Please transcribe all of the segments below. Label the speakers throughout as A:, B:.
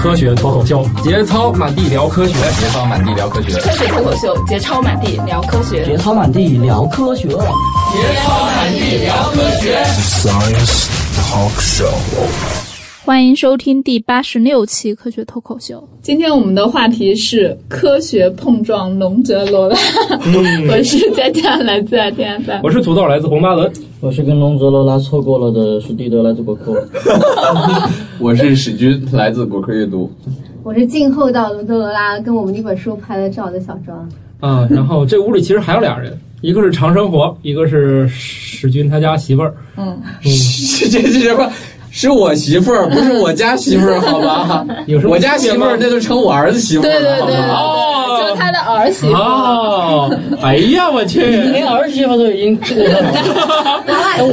A: 科学脱口秀，节操满地聊科学，
B: 节操满地聊科学，
C: 科学脱口秀，节操满地聊科学，
D: 节操满地聊科学，节
E: 操满地聊科学。
F: Science Talk Show。
G: 欢迎收听第八十六期《科学脱口秀》。
C: 今天我们的话题是科学碰撞龙哲罗拉。嗯、我是佳佳，来自爱天安
A: 我是土豆，来自红巴伦。
D: 我是跟龙哲罗拉错过了的是地德，来自果壳。
B: 我是史军，来自果壳阅读。
H: 我是静候到龙哲罗拉跟我们那本书拍了照的小庄。
A: 啊、嗯，然后这屋里其实还有俩人。一个是长生活，一个是史军他家媳妇儿。
C: 嗯，
B: 这这这话是我媳妇儿，不是我家媳妇儿，好吧？我家媳妇儿那就成我儿子媳妇
C: 儿了，
B: 好
C: 吧？就是他的儿媳妇。
A: 哦，哎呀，我去！
D: 你连儿媳妇都已经这个，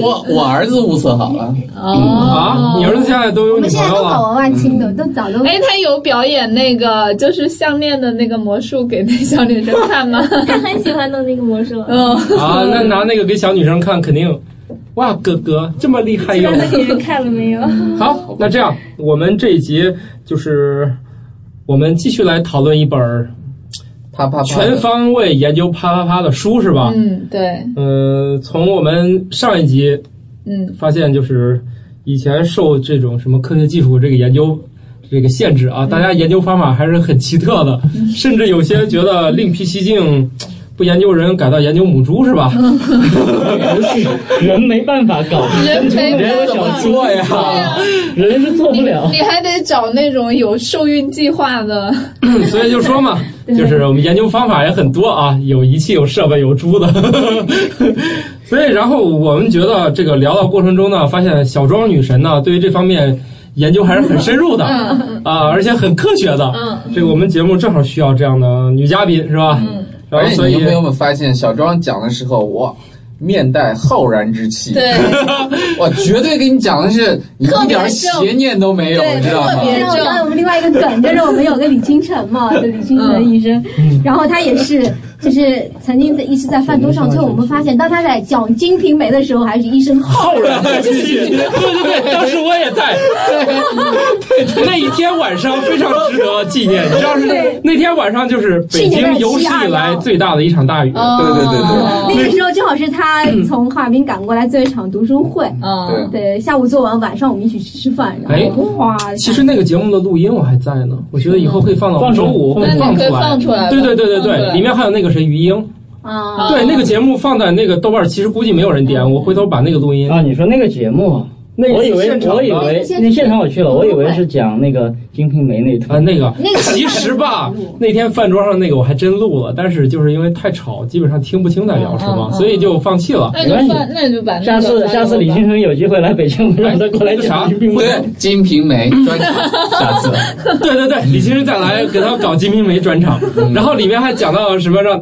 B: 我我儿子物色好了。
A: 啊，你儿子现在都有女朋友了？我们现在啊嗯
H: 都搞娃娃亲的，都早都。
C: 哎，他有表演那个就是项链的那个魔术给那小女生看吗？
H: 他很喜欢弄那个魔术。
C: 嗯。
A: 啊，那拿那个给小女生看，肯定。哇，哥哥这么厉害哟！
H: 给人看了没有？
A: 好，那这样，我们这一集就是我们继续来讨论一本
B: 啪啪啪
A: 全方位研究啪啪啪的书，是吧？
C: 嗯，对。
A: 呃，从我们上一集
C: 嗯
A: 发现，就是以前受这种什么科学技术这个研究这个限制啊，大家研究方法还是很奇特的，嗯、甚至有些觉得另辟蹊径。不研究人，改到研究母猪是吧？
D: 人没办法搞，
C: 人没
D: 人
B: 怎么做呀？
D: 人是做不了
C: 你，你还得找那种有受孕计划的。
A: 嗯所以就说 嘛，就是我们研究方法也很多啊，有仪器、有设备、有猪的。 所以，然后我们觉得这个聊到过程中呢，发现小庄女神呢，对于这方面。研究还是很深入的、嗯、 啊，而且很科学的。
C: 嗯，
A: 这个我们节目正好需要这样的女嘉宾，是吧？
C: 嗯，
A: 然后所以
B: 你有没有发现小庄讲的时候，哇，面带浩然之气。
C: 对，
B: 我绝对给你讲的是一点邪念都没有，知道吗？
H: 然后我们另外一个梗就是我们有个李清晨嘛， 就李清晨医生，嗯、然后他也是。就是曾经在一直在饭桌上，最后我们发现，当他在讲《金瓶梅》的时候，还是一身
A: 浩 然之气。 对对对，当时我也 在。对，那一天晚上非常值得纪念。你知道是那天晚上就是北京有史以来最大的一场大雨。
C: 嗯
B: 对对
A: 哦
B: 对
H: 对。那个时候正好是他从哈尔滨赶过来做一场读书会。
A: 嗯
C: 啊。
H: 对，下午做完，晚上我们一起吃吃饭。
A: 哎，
H: 哇！
A: 其实那个节目的录音我还在呢，我觉得以后可以放到周五
C: 放
A: 出来。
C: 出来。哦
A: 对对对对对，里面还有那个。谁余英
H: 啊？
A: 对，那个节目放在那个豆瓣，其实估计没有人点。我回头把那个录音
D: 啊，你说那个节目，
A: 那
D: 我以为我以为那现场我去了，我以为是讲那个《金瓶梅》那
A: 啊那个。其实吧，那天饭桌上那个我还真录了，但是就是因为太吵，基本上听不清在聊什
C: 嗯
A: 么，所以就放弃了。
C: 那就那就把
D: 下次下次李先生有机会来北京，让他过来
A: 啥？
B: 对，《金瓶梅》专场，下次。
A: 对对对，李先生再来给他搞《金瓶梅》专场，然后里面还讲到什么让。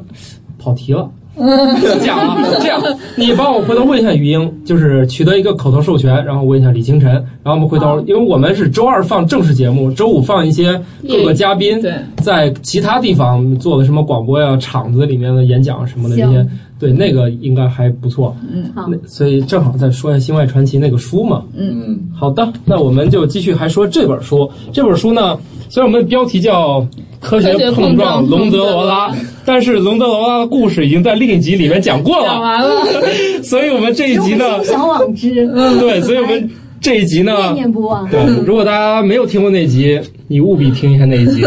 A: 跑题了，不讲了。这样，你帮我回头问一下于英，就是取得一个口头授权，然后问一下李清晨，然后我们回头，因为我们是周二放正式节目，周五放一些各个嘉宾在其他地方做的什么广播呀、场子里面的演讲什么的这些，对那个应该还不错。
C: 嗯，好。
A: 所以正好再说一下《星外传奇》那个书嘛。
B: 嗯，
A: 好的，那我们就继续还说这本书。这本书呢，虽然我们的标题叫。科学碰撞龙泽罗拉，但是龙泽罗拉的故事已经在另一集里面讲过了，
C: 讲完了，
A: 所以我们这一集呢，
H: 想往之，
A: 对，所以我们这一集呢，
H: 念念不
A: 嗯
H: 忘。
A: 对，如果大家没有听过那集，你务必听一下那一 集，
C: 一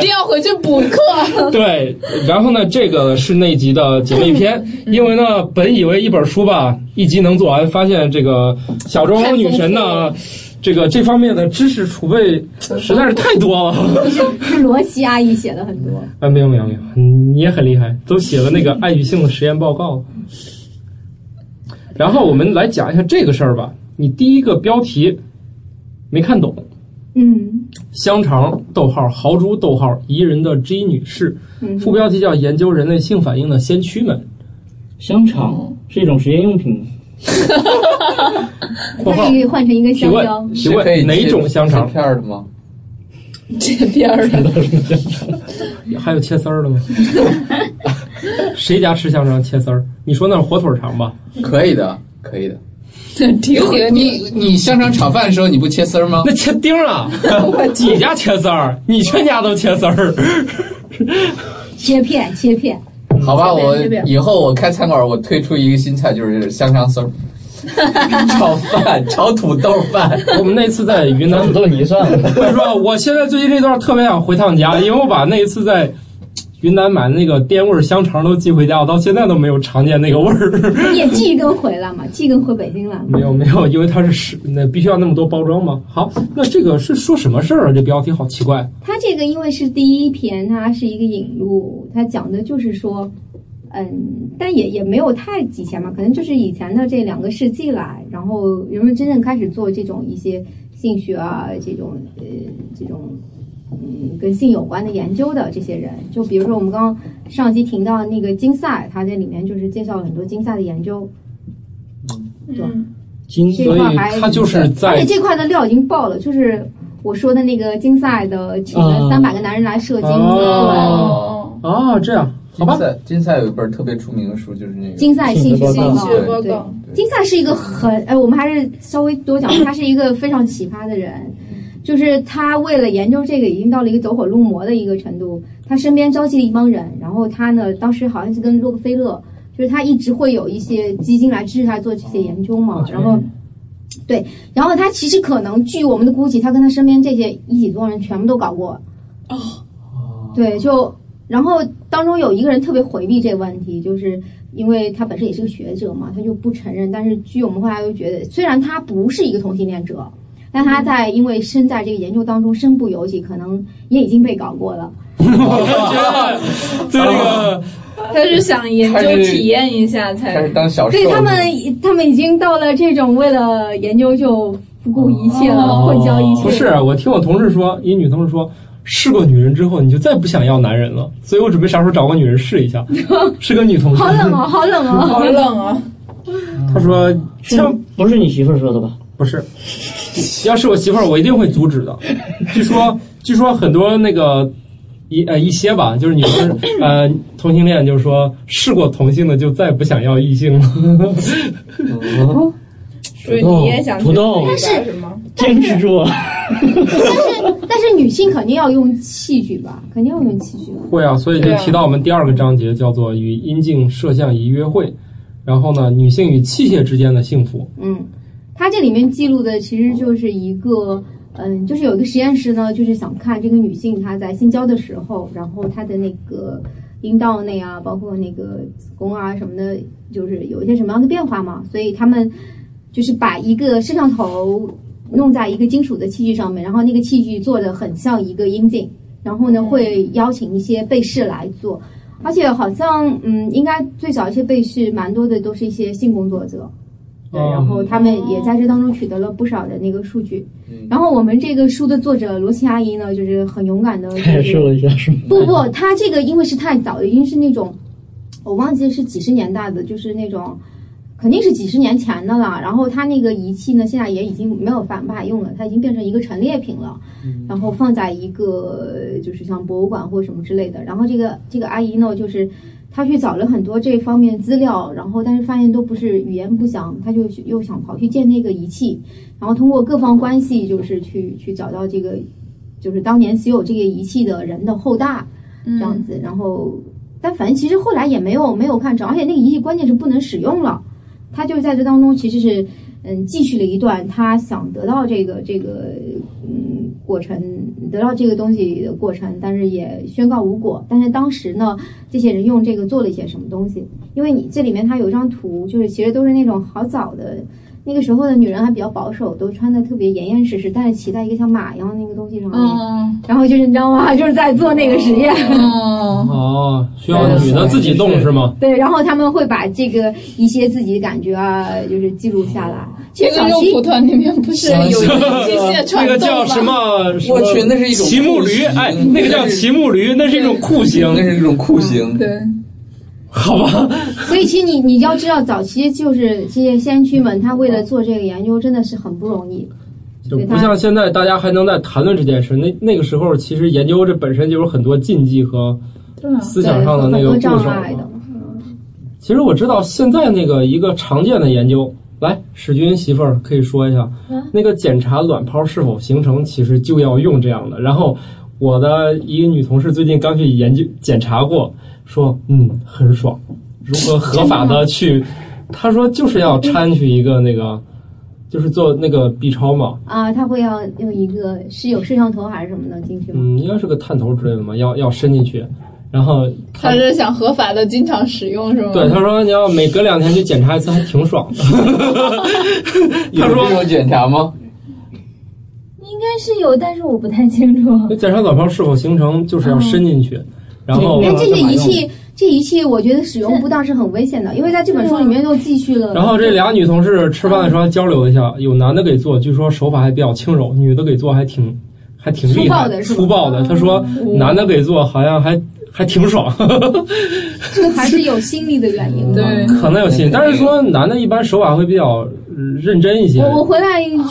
C: 定要回去补 课。
A: 对，然后呢，这个是那集的姐妹篇，因为呢，本以为一本书吧，一集能做完，发现这个小庄女神呢。这个这方面的知识储备实在是太多
H: 了。是是罗西阿姨写的很多。
A: 啊，没有没有没有，你也很厉害，都写了那个爱与性的实验报告。然后我们来讲一下这个事儿吧。你第一个标题没看懂。
H: 嗯。
A: 香肠逗号豪猪逗号宜人的 G 女士，副标题叫“研究人类性反应的先驱们”。
D: 香肠是一种实验用品吗？
H: 它可以换成一个香蕉。
A: 提问哪种香肠？
B: 片儿的吗？
C: 切片儿 的。
A: 还有切丝儿的吗？谁家吃香肠切丝儿？你说那是火腿肠吧？
B: 可以的，可以的。
C: 挺喜欢你。
B: 你你香肠炒饭的时候你不切丝儿吗？
A: 那切丁儿 啊，你家切丝儿，你全家都切丝儿。
H: 切片切片，
B: 好吧，我
C: 随便
B: 以后我开餐馆，我推出一个新菜，就是香肠 丝儿。炒饭，炒土豆饭，
A: 我们那次在云南
D: 土豆泥算了。
A: 我跟你说，我现在最近这段特别想回趟家，因为我把那一次在云南买的那个滇味儿香肠都寄回家，我到现在都没有尝见那个味儿。
H: 你也寄一根回来嘛，寄一根回北京来嘛。
A: 没有没有，因为它是十，那必须要那么多包装吗？好，那这个是说什么事儿啊？这标题好奇怪。
H: 它这个因为是第一篇，它是一个引路，它讲的就是说，嗯，但也也没有太以前嘛，可能就是以前的这两个世纪来，然后人们真正开始做这种一些性学啊，这种呃这种嗯跟性有关的研究的这些人，就比如说我们刚刚上集提到那个金赛，他在里面就是介绍了很多金赛的研究，
C: 嗯，
A: 金
H: 这
A: 所以
H: 块还
A: 它就是
H: 而且
A: 在
H: 这块的料已经爆了，就是我说的那个竞赛的请了
A: 啊
H: 三百个男人来射精，
A: 哦
C: 哦，
A: 啊这样好
B: 金
A: 吧？
B: 赛金赛有一本特别出名的书，就是那
H: 对，
B: 个
H: 竞赛兴趣
D: 兴趣
H: 报
C: 兴趣
H: 告。
C: 报
H: 对，
C: 告，
B: 对
H: 竞赛是一个很，哎，我们还是稍微多讲，他是一个非常奇葩的人，就是他为了研究这个已经到了一个走火入魔的一个程度，他身边召集了一帮人，然后他呢，当时好像是跟洛克菲勒，就是他一直会有一些基金来支持他做这些研究嘛，然后。对，然后他其实可能，据我们的估计，他跟他身边这些一起做的人全部都搞过。哦，对，就然后当中有一个人特别回避这个问题，就是因为他本身也是个学者嘛，他就不承认。但是据我们后来又觉得，虽然他不是一个同性恋者，但他在因为身在这个研究当中身不由己，可能也已经被搞过了。
A: 我 觉得在这个
C: 他是想研究体验一下
B: 开
C: 才
B: 始。当小
H: 对
B: 受
H: 他们，他们已经到了这种为了研究就不顾一切了，混淆一切。
A: 不是，啊我听我同事说，一女同事说。试过女人之后，你就再不想要男人了，所以我准备啥时候找个女人试 一下。是个女同事，
H: 好冷哦，好冷哦。
C: 好冷啊！
A: 她说：“
D: 是
A: 像
D: 不是你媳妇儿说的 吧？
A: 不是，要是我媳妇儿，我一定会阻止的。据说， 据说很多那个一呃一些吧，就是女生 呃同性恋，就是说试过同性的就再也不想要异性了。
C: 所以你也想
D: 土豆
C: 去试一下是吗？
D: 坚持住！啊
H: 但是女性肯定要用器具吧，肯定要用器具吧。
A: 会啊，所以就提到我们第二个章节叫做与阴茎摄像仪约会。然后呢，女性与器械之间的幸福，
H: 嗯，它这里面记录的其实就是一个，嗯，就是有一个实验室呢，就是想看这个女性她在性交的时候，然后她的那个阴道内啊，包括那个子宫啊什么的，就是有一些什么样的变化嘛。所以他们就是把一个摄像头弄在一个金属的器具上面，然后那个器具做的很像一个阴茎，然后呢会邀请一些被试来做。而且好像，嗯，应该最早一些被试蛮多的都是一些性工作者，对，啊然后他们也在这当中取得了不少的那个数据。然后我们这个书的作者罗琦阿姨呢，就是很勇敢的，就
D: 他也
H: 是
D: 说了一下是吗？
H: 不不，她这个因为是太早，已经是那种我忘记是几十年代的，就是那种肯定是几十年前的了。然后她那个仪器呢，现在也已经没有办法用了，它已经变成一个陈列品了，然后放在一个就是像博物馆或什么之类的。然后这个这个阿姨呢，就是。她去找了很多这方面资料，然后但是发现都不是语言不详，她就去又想跑去建那个仪器，然后通过各方关系就是去去找到这个，就是当年持有这个仪器的人的后代，这
C: 嗯
H: 样子，然后但反正其实后来也没有没有看成，而且那个仪器关键是不能使用了，他就在这当中其实是嗯继续了一段他想得到这个这个嗯过程，得到这个东西的过程，但是也宣告无果。但是当时呢，这些人用这个做了一些什么东西？因为你这里面它有一张图，就是其实都是那种好早的。那个时候的女人还比较保守，都穿的特别严严实实，但是骑在一个像马一样的那个东西上面，
C: 嗯
H: 然后就是你知道吗？就是在做那个实验。
C: 嗯，
A: 哦，需要女的自己动是吗？
H: 对，然后他们会把这个一些自己的感觉啊，就是记录下
A: 哦
H: 来。其
C: 这
H: 实早
C: 个
H: 期
C: 肉蒲团里面不是有一个机械
A: 那
C: 传
A: 个
C: 啊动
A: 叫
C: 吗？
A: 什么？什么
B: 我去，那是一种
A: 骑木驴，
B: 酷刑
A: 哎，那个叫骑木驴，那是一种酷刑，
B: 那是一种酷刑。
C: 嗯对，
A: 好吧？
H: 所以其实你你要知道，早期就是这些先驱们，他为了做这个研究真的是很不容
A: 哦
H: 易。
A: 就
H: 对
A: 不
H: 他
A: 像现在大家还能在谈论这件事，那那个时候其实研究这本身就有很多禁忌和
C: 嗯
A: 思想上的那
H: 对
A: 个啊
H: 很多
A: 固守
H: 障碍的
A: 嘛。其实我知道现在那个一个常见的研究，来，史军媳妇儿可以说一下，那个检查卵泡是否形成，其实就要用这样的。然后我的一个女同事最近刚去研究检查过，说嗯很爽。如何合法的去？她说就是要掺去一个那个，就是做那个 B 超嘛，
H: 啊，他会要用一个是有摄像头还是什么的进去吗？
A: 嗯，应该是个探头之类的嘛，要要伸进去。然后
C: 他是想合法的经常使用是吗？
A: 对，他说你要每隔两天去检查一次，还挺爽的。
B: 有这种检查吗？
I: 应该是有，但是我不太清楚。
A: 那检查卵泡是否形成，就是要伸进去，然后
H: 哎，这个仪器，这仪器我觉得使用不当是很危险的，因为在这本书里面又记叙了。
A: 然后这俩女同事吃饭的时候还交流一下，有男的给做，据说手法还比较轻柔；女的给做还挺还挺厉害
H: 粗暴的是哦吗
A: 粗暴的。他说男的给做好像还还挺爽，
H: 这个还是有心理的原因的。
C: 对，
A: 可能有吸引，但是说男的一般手法会比较呃认真一些。
H: 我我回来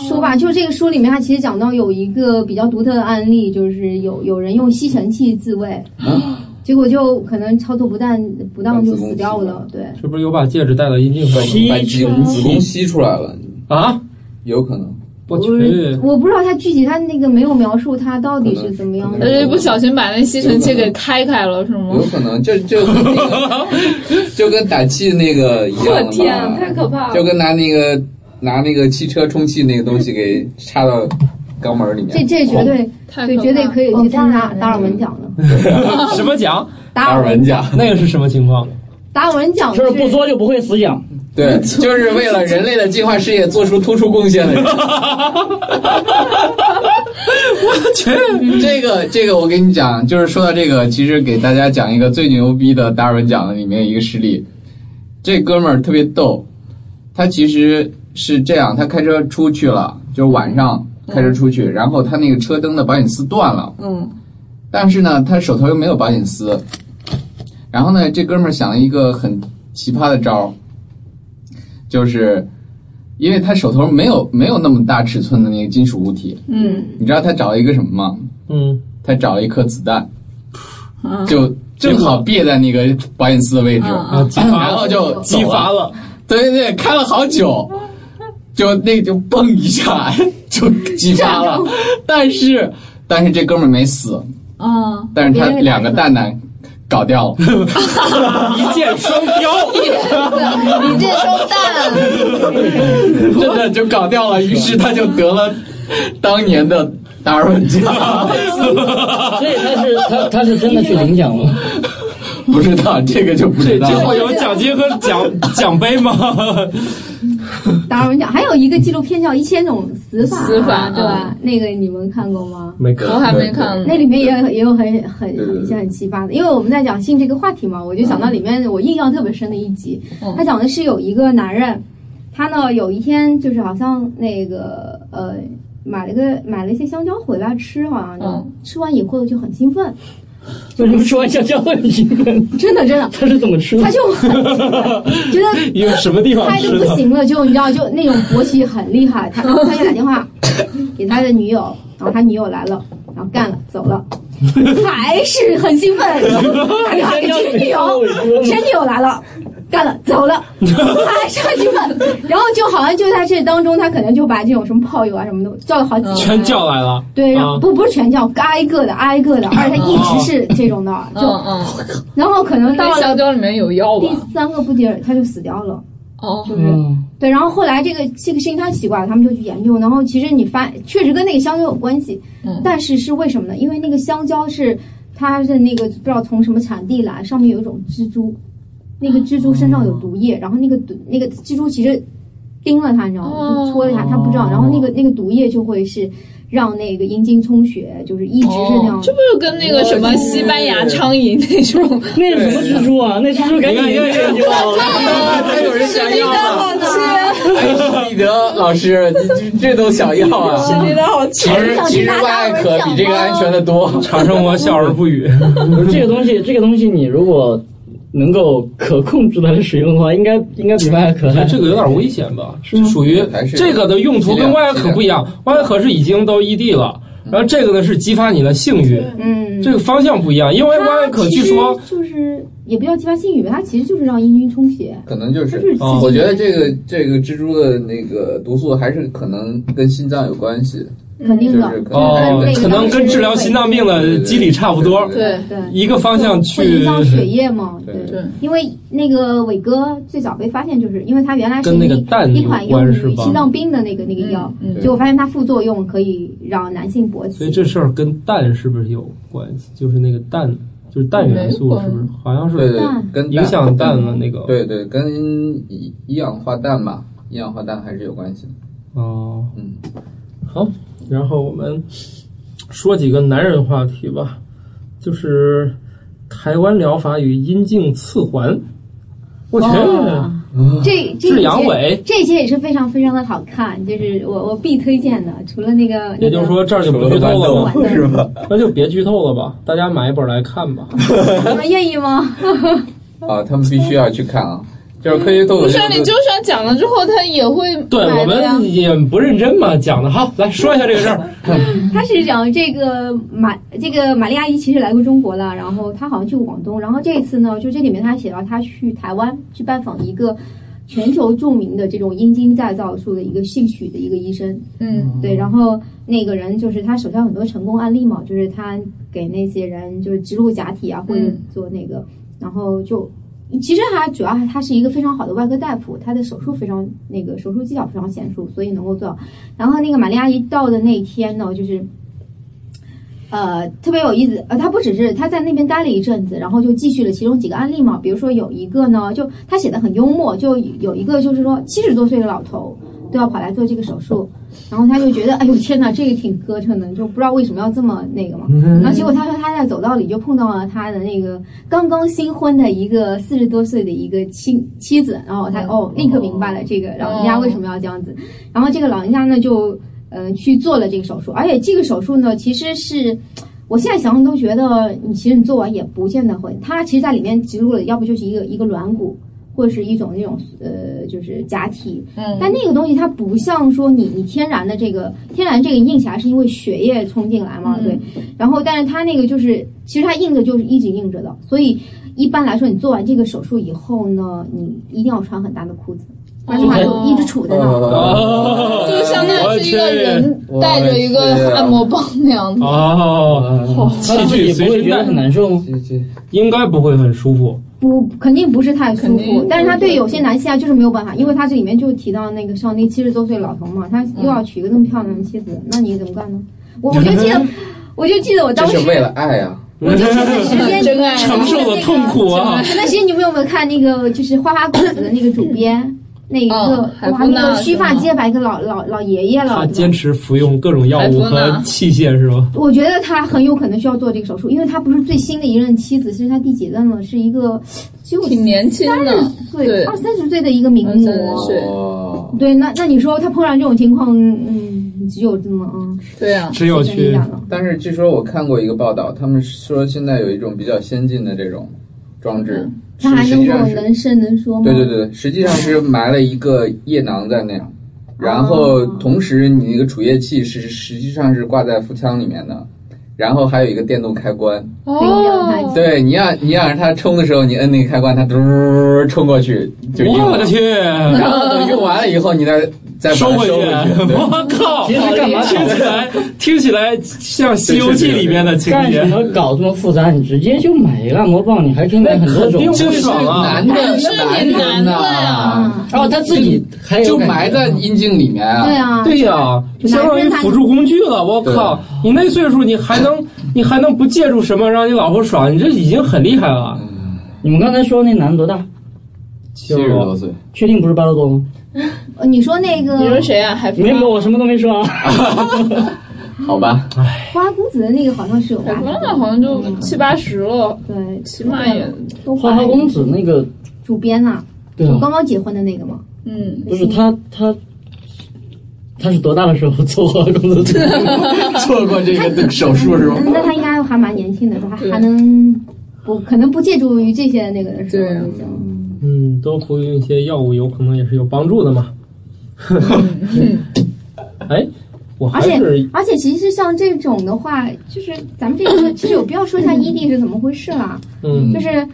H: 说
B: 哦
H: 吧，就是这个书里面，它其实讲到有一个比较独特的案例，就是有有人用吸尘器自慰，
B: 啊
H: 结果就可能操作不当不当就死掉了。对，
A: 是不是有把戒指戴到阴茎上
D: 吸
B: 把子宫子宫吸出来了，
A: 啊？
B: 有可能。
A: 我去！
H: 我不知道他具体他那个没有描述他到底是怎么样
C: 他
H: 的。
C: 是不小心把那吸尘器给开开了是吗
B: 有？可能就就就跟打气那个一样
I: 我天啊太可怕了
B: 就跟拿那个拿那个汽车充气那个东西给插到肛门里面。
H: 这这绝对
C: 太
H: 对，
C: 可
H: 绝对
C: 怕了
H: 可以去参加达尔文奖的。
A: 什么奖？
H: 达
B: 达尔
H: 尔
B: 文奖，
A: 那个是什么情况？
H: 达尔文奖
D: 就是不作就不会死讲，
B: 对，就是为了人类的进化事业做出突出贡献的 人。
A: 我去！
B: 这个这个，我跟你讲，就是说到这个，其实给大家讲一个最牛逼的达尔文奖的里面一个实例。这哥们儿特别逗，他其实是这样，他开车出去了，就是晚上开车出去，然后他那个车灯的保险丝断了，
I: 嗯，
B: 但是呢，他手头又没有保险丝。然后呢，这哥们儿想了一个很奇葩的招儿，就是因为他手头没有没有那么大尺寸的那个金属物体，
I: 嗯，
B: 你知道他找了一个什么吗？
A: 嗯，
B: 他找了一颗子弹，就正好别在那个保险丝的位置，
A: 啊，激发
B: 然后
A: 了，
B: 就走
A: 激发
B: 了。
A: 了，
B: 对对对，看了好久，就那就蹦一下 就激 发了，但是但是这哥们儿没死，
C: 嗯
I: 啊，
B: 但是他两个蛋蛋搞掉 了。
A: 一箭双雕。
H: 你这收蛋，
B: 真的就搞掉了，于是他就得了当年的达尔文奖，
D: 所以他是他他是真的去领奖了。
B: 不知道这个就不知
A: 这
B: 道
A: 这
B: 了。
A: 会有奖金和奖奖杯吗？
H: 达尔文奖还有一个纪录片叫《一千种死法》，
C: 死法
H: 对吧？那个你们看过吗？
A: 没
C: 我还没看
H: 那里面也有也有很很
B: 对对对嗯
H: 很一些很奇葩的，因为我们在讲性这个话题嘛，我就想到里面我印象特别深的一集，他讲的是有一个男人，他呢有一天就是好像那个呃买了个买了一些香蕉回来吃，好像就、
C: 嗯
H: 吃完以后就很兴奋，
D: 为什么吃完香蕉会很兴奋？
H: 真的真的，
D: 他是怎么吃的
H: 他？就 觉得
A: 有什么地方
H: 嗨的
A: 吃
H: 不
A: 的？
H: 行了，就你知道，就那种勃起很厉害。他他就打 电话给他的女友，然后他女友来了，然后干了走了，还是很兴奋。打电话给前女友，前女友来了。干了，走 了，还是很兴奋。然后就好像就在这当中，他可能就把这种什么炮友啊什么的叫了好
C: 嗯
H: 几
A: 全叫来了，
H: 对，然后
A: 啊，
H: 不不是全叫，挨个的挨个的，而且他一直是这种的，就
C: 嗯嗯，
H: 然后可能到
C: 那
H: 了
C: 香蕉里面有药
H: 第
C: 吧？
H: 三个不解他就死掉了。
C: 哦，
H: 就是、
D: 嗯
H: 对，然后后来这个这个事情太奇怪了，他们就去研究，然后其实你发确实跟那个香蕉有关系，
C: 嗯
H: 但是是为什么呢？因为那个香蕉是它的那个不知道从什么产地来，上面有一种蜘蛛，那个蜘蛛身上有毒液，
A: 哦
H: 然后那个毒那个蜘蛛其实叮了它，你知道吗？
A: 哦
H: 就戳了它，它不知道，然后那个那个毒液就会是让那个阴茎充血，就是一直是那样。
C: 哦这不就跟那个什么西班牙苍蝇那种
D: 那是什么蜘蛛啊？那蜘蛛赶紧研究
C: 哎
B: 还有人想要吗？
C: 切，
B: 哎，彼得老师，你这这都想要啊？
C: 真的好
B: 其
C: 气
A: 哎
B: 实其实万艾可比这个安全的多。
A: 长生我笑而不 语。
D: 不是这个东西，这个东西你如果能够可控制它的使用的话，应该应该比麦克还
A: 哎这个有点危险吧？是属于
B: 还是
A: 这个的用途跟万雅可不一样，万雅可是已经都异地了，然后这个呢是激发你的性欲，
H: 嗯，
A: 这个方向不一样，因为万雅
H: 它
A: 可
H: 其
A: 据
H: 实
A: 说
H: 就是也不叫激发性欲吧，它其实就是让阴茎充血，
B: 可能就
H: 它
B: 是
H: 就是
A: 哦
B: 我觉得这个这个蜘蛛的那个毒素还是可能跟心脏有关系，
H: 肯定
B: 就
H: 的
B: 是，可能还是
A: 哦
B: 跟
H: 对，
A: 可能跟治疗心脏病的呃机理差不多，
C: 对
H: 对。
A: 一个方向
H: 会影
A: 去
H: 响血液嘛？
B: 对
C: 对
H: 因为那个伟哥最早被发现，就是因为他原来是
A: 跟那
H: 一
A: 个蛋
H: 一
A: 有
H: 款用
A: 关
H: 于
A: 是吧
H: 心？脏病的那个那个药，
C: 嗯
B: 对
H: 结果发现它副作用可以让男性勃
A: 所以
H: 起。
A: 这事儿跟蛋是不是有关系？就是那个蛋，就是蛋元素是不是？好像
B: 对
A: 是
B: 对
H: 蛋
B: 跟
A: 影响
B: 蛋
A: 蛋的那个。
B: 对对跟一一氧化氮吧，一氧化氮还是有关系的。
A: 哦，
B: 嗯，
A: 好，然后我们说几个男人话题吧，就是台湾疗法与阴茎刺环。我去，
H: 哦这这
A: 治
H: 一
A: 阳
H: 节
A: 痿，
H: 这一节也是非常非常的好看，就是我我必推荐的，除了那个，
A: 也就是说这儿就不
B: 手
A: 剧
B: 撕
A: 透
B: 豌
A: 了
B: 豆
A: 吧？
H: 对
B: 是吧？
A: 那就别剧透了吧，大家买一本来看吧。
H: 那个你们愿意吗？
B: 啊，他们必须要去看啊，就是科学脱口
C: 不是
B: 秀
C: 啊，你就算讲了之后，他也会
A: 对
C: 买
A: 我
C: 的呀
A: 们也不认真嘛，讲的好，来说一下这个事儿。
H: 他是讲这个玛这个玛丽阿姨其实来过中国了，然后她好像去过广东，然后这一次呢，就这里面她写到她去台湾去拜访一个全球著名的这种阴茎再造术的一个姓许的一个医生，
C: 嗯
H: 对，然后那个人就是他手上很多成功案例嘛，就是他给那些人就是植入假体啊，或者
C: 嗯
H: 做那个，然后就其实还主要还他是一个非常好的外科大夫，他的手术非常那个手术技巧非常娴熟，所以能够做到。然后那个玛丽阿姨到的那一天呢，就是。呃，特别有意思。呃，他不只是他在那边待了一阵子，然后就记叙了其中几个案例嘛。比如说有一个呢，就他写的很幽默，就有一个就是说七十多岁的老头都要跑来做这个手术，然后他就觉得，哎呦天哪，这个挺磕碜的，就不知道为什么要这么那个嘛。然后结果他说他在走道里就碰到了他的那个刚刚新婚的一个四十多岁的一个妻妻子，然后他哦立刻明白了这个老人家为什么要这样子，然后这个老人家呢就呃去做了这个手术，而且这个手术呢其实是。我现在想想都觉得，你其实你做完也不见得会。他其实在里面植入了，要不就是一个一个软骨，或者是一种那种呃，就是假体，
C: 嗯，
H: 但那个东西它不像说你你天然的这个天然这个硬起来是因为血液冲进来嘛，
C: 嗯
H: 对。然后，但是它那个就是其实它硬着就是一直硬着的，所以一般来说你做完这个手术以后呢，你一定要穿很大的裤子，不然的话就一直杵在那儿。
A: 哦
C: 就相当于是一个人带着一个按摩棒那样子。
A: 哦，器
D: 自
A: 具
D: 己不
A: 随
D: 会
A: 身
D: 觉得很
A: 带，
D: 难受吗？
B: 这这
A: 应该不会很舒服。
H: 不，肯定不是太舒
C: 肯定
H: 服。但是他对有些男性啊，就是没有办法，因为他这里面就提到那个上帝七十多岁老头嘛，他又要娶一个那么漂亮的妻子，那你怎么办呢？我我就记得，我就记得我
B: 嗯这
H: 当时
B: 是为了爱啊！
H: 我就前段时间
C: 真爱
A: 承受了痛苦啊！
H: 前段时间你们有没有看那个就是花花公子的那个主编？那一个
C: 嗯海
H: 哇，
C: 夫
H: 那
C: 纳
H: 个须发
C: 是吗
H: 皆白，一个老老老爷爷了
A: 他。坚持服用各种药物和器械是吧？
H: 我觉得他很有可能需要做这个手术，因为他不是最新的一任妻子，是他第几任了？是一个只有
C: 挺年轻
H: 三
C: 的
H: 十，岁、
C: 对
H: 二三十岁的一个名
C: 二三十
H: 模。
C: 岁
B: 哦，
H: 对，那那你说他碰上这种情况，嗯，只有这么嗯，
C: 对啊，
A: 只有
H: 只能这
A: 去
H: 样了。
B: 但是据说我看过一个报道，他们说现在有一种比较先进的这种装置，
H: 他嗯还
B: 是实
H: 能
B: 际
H: 跟
B: 上
H: 我
B: 是
H: 能伸能说吗？
B: 对对对，实际上是埋了一个液囊在那样，然后
H: 哦
B: 同时你那个储液器是实际上是挂在腹腔里面的，然后还有一个电动开关，
C: 哦，
B: 对你要你要让它冲的时候，你摁那个开关，它嘟冲过去就用
A: 我
B: 了
A: 的，去，
B: 然后等用完了以后，你再再把它
A: 收回
B: 回
A: 去！
B: 对
A: 我靠
D: 其！实干嘛
A: 听起来听起来像《西游记》里面的情
D: 干
A: 节
D: 什，么搞这么复杂？你直接就买一个按摩棒，你还可以买很多种。
A: 肯定
B: 就
A: 会
B: 是
A: 爽啊！
B: 男的
C: 但是你
B: 人
C: 男的呀
H: 啊
B: 呐，
D: 然哦后他自己还有
B: 就
D: 感觉
B: 埋在阴茎里面啊。
H: 对啊，
A: 对呀，相当于辅助工具了。我靠，你那岁数，你还能你还能不借助什么让你老婆爽？你这已经很厉害了。
D: 你们刚才说那男的多大？
B: 七十多岁，
D: 确定不是八十多吗？
H: 呃你说那个
C: 你说谁啊？海夫
D: 没
C: 纳
D: 有，我什么都没说啊。
B: 好吧，
H: 花花公子的那个好像是有
C: 海
H: 吧
C: 夫？纳好像就七八十了，
H: 对，
C: 起码也
H: 都 怀
D: 花花公子那个，
H: 主编呐、
D: 对
H: 我
D: 啊，
H: 刚刚结婚的那个嘛，
C: 嗯，
D: 不是他他他是多大的时候做花花公子？
B: 错过这个手术是吗？
H: 嗯那他应该还蛮年轻的，他还还能不可能不借助于这些那个的时候
C: 对啊
H: 就行。
A: 嗯，多服用一些药物，有可能也是有帮助的嘛。 哎，我还
H: 而且
A: 是
H: 而且其实像这种的话，就是咱们这个其实有必要说一下伊利是怎么回事啦、
A: 嗯
H: 就是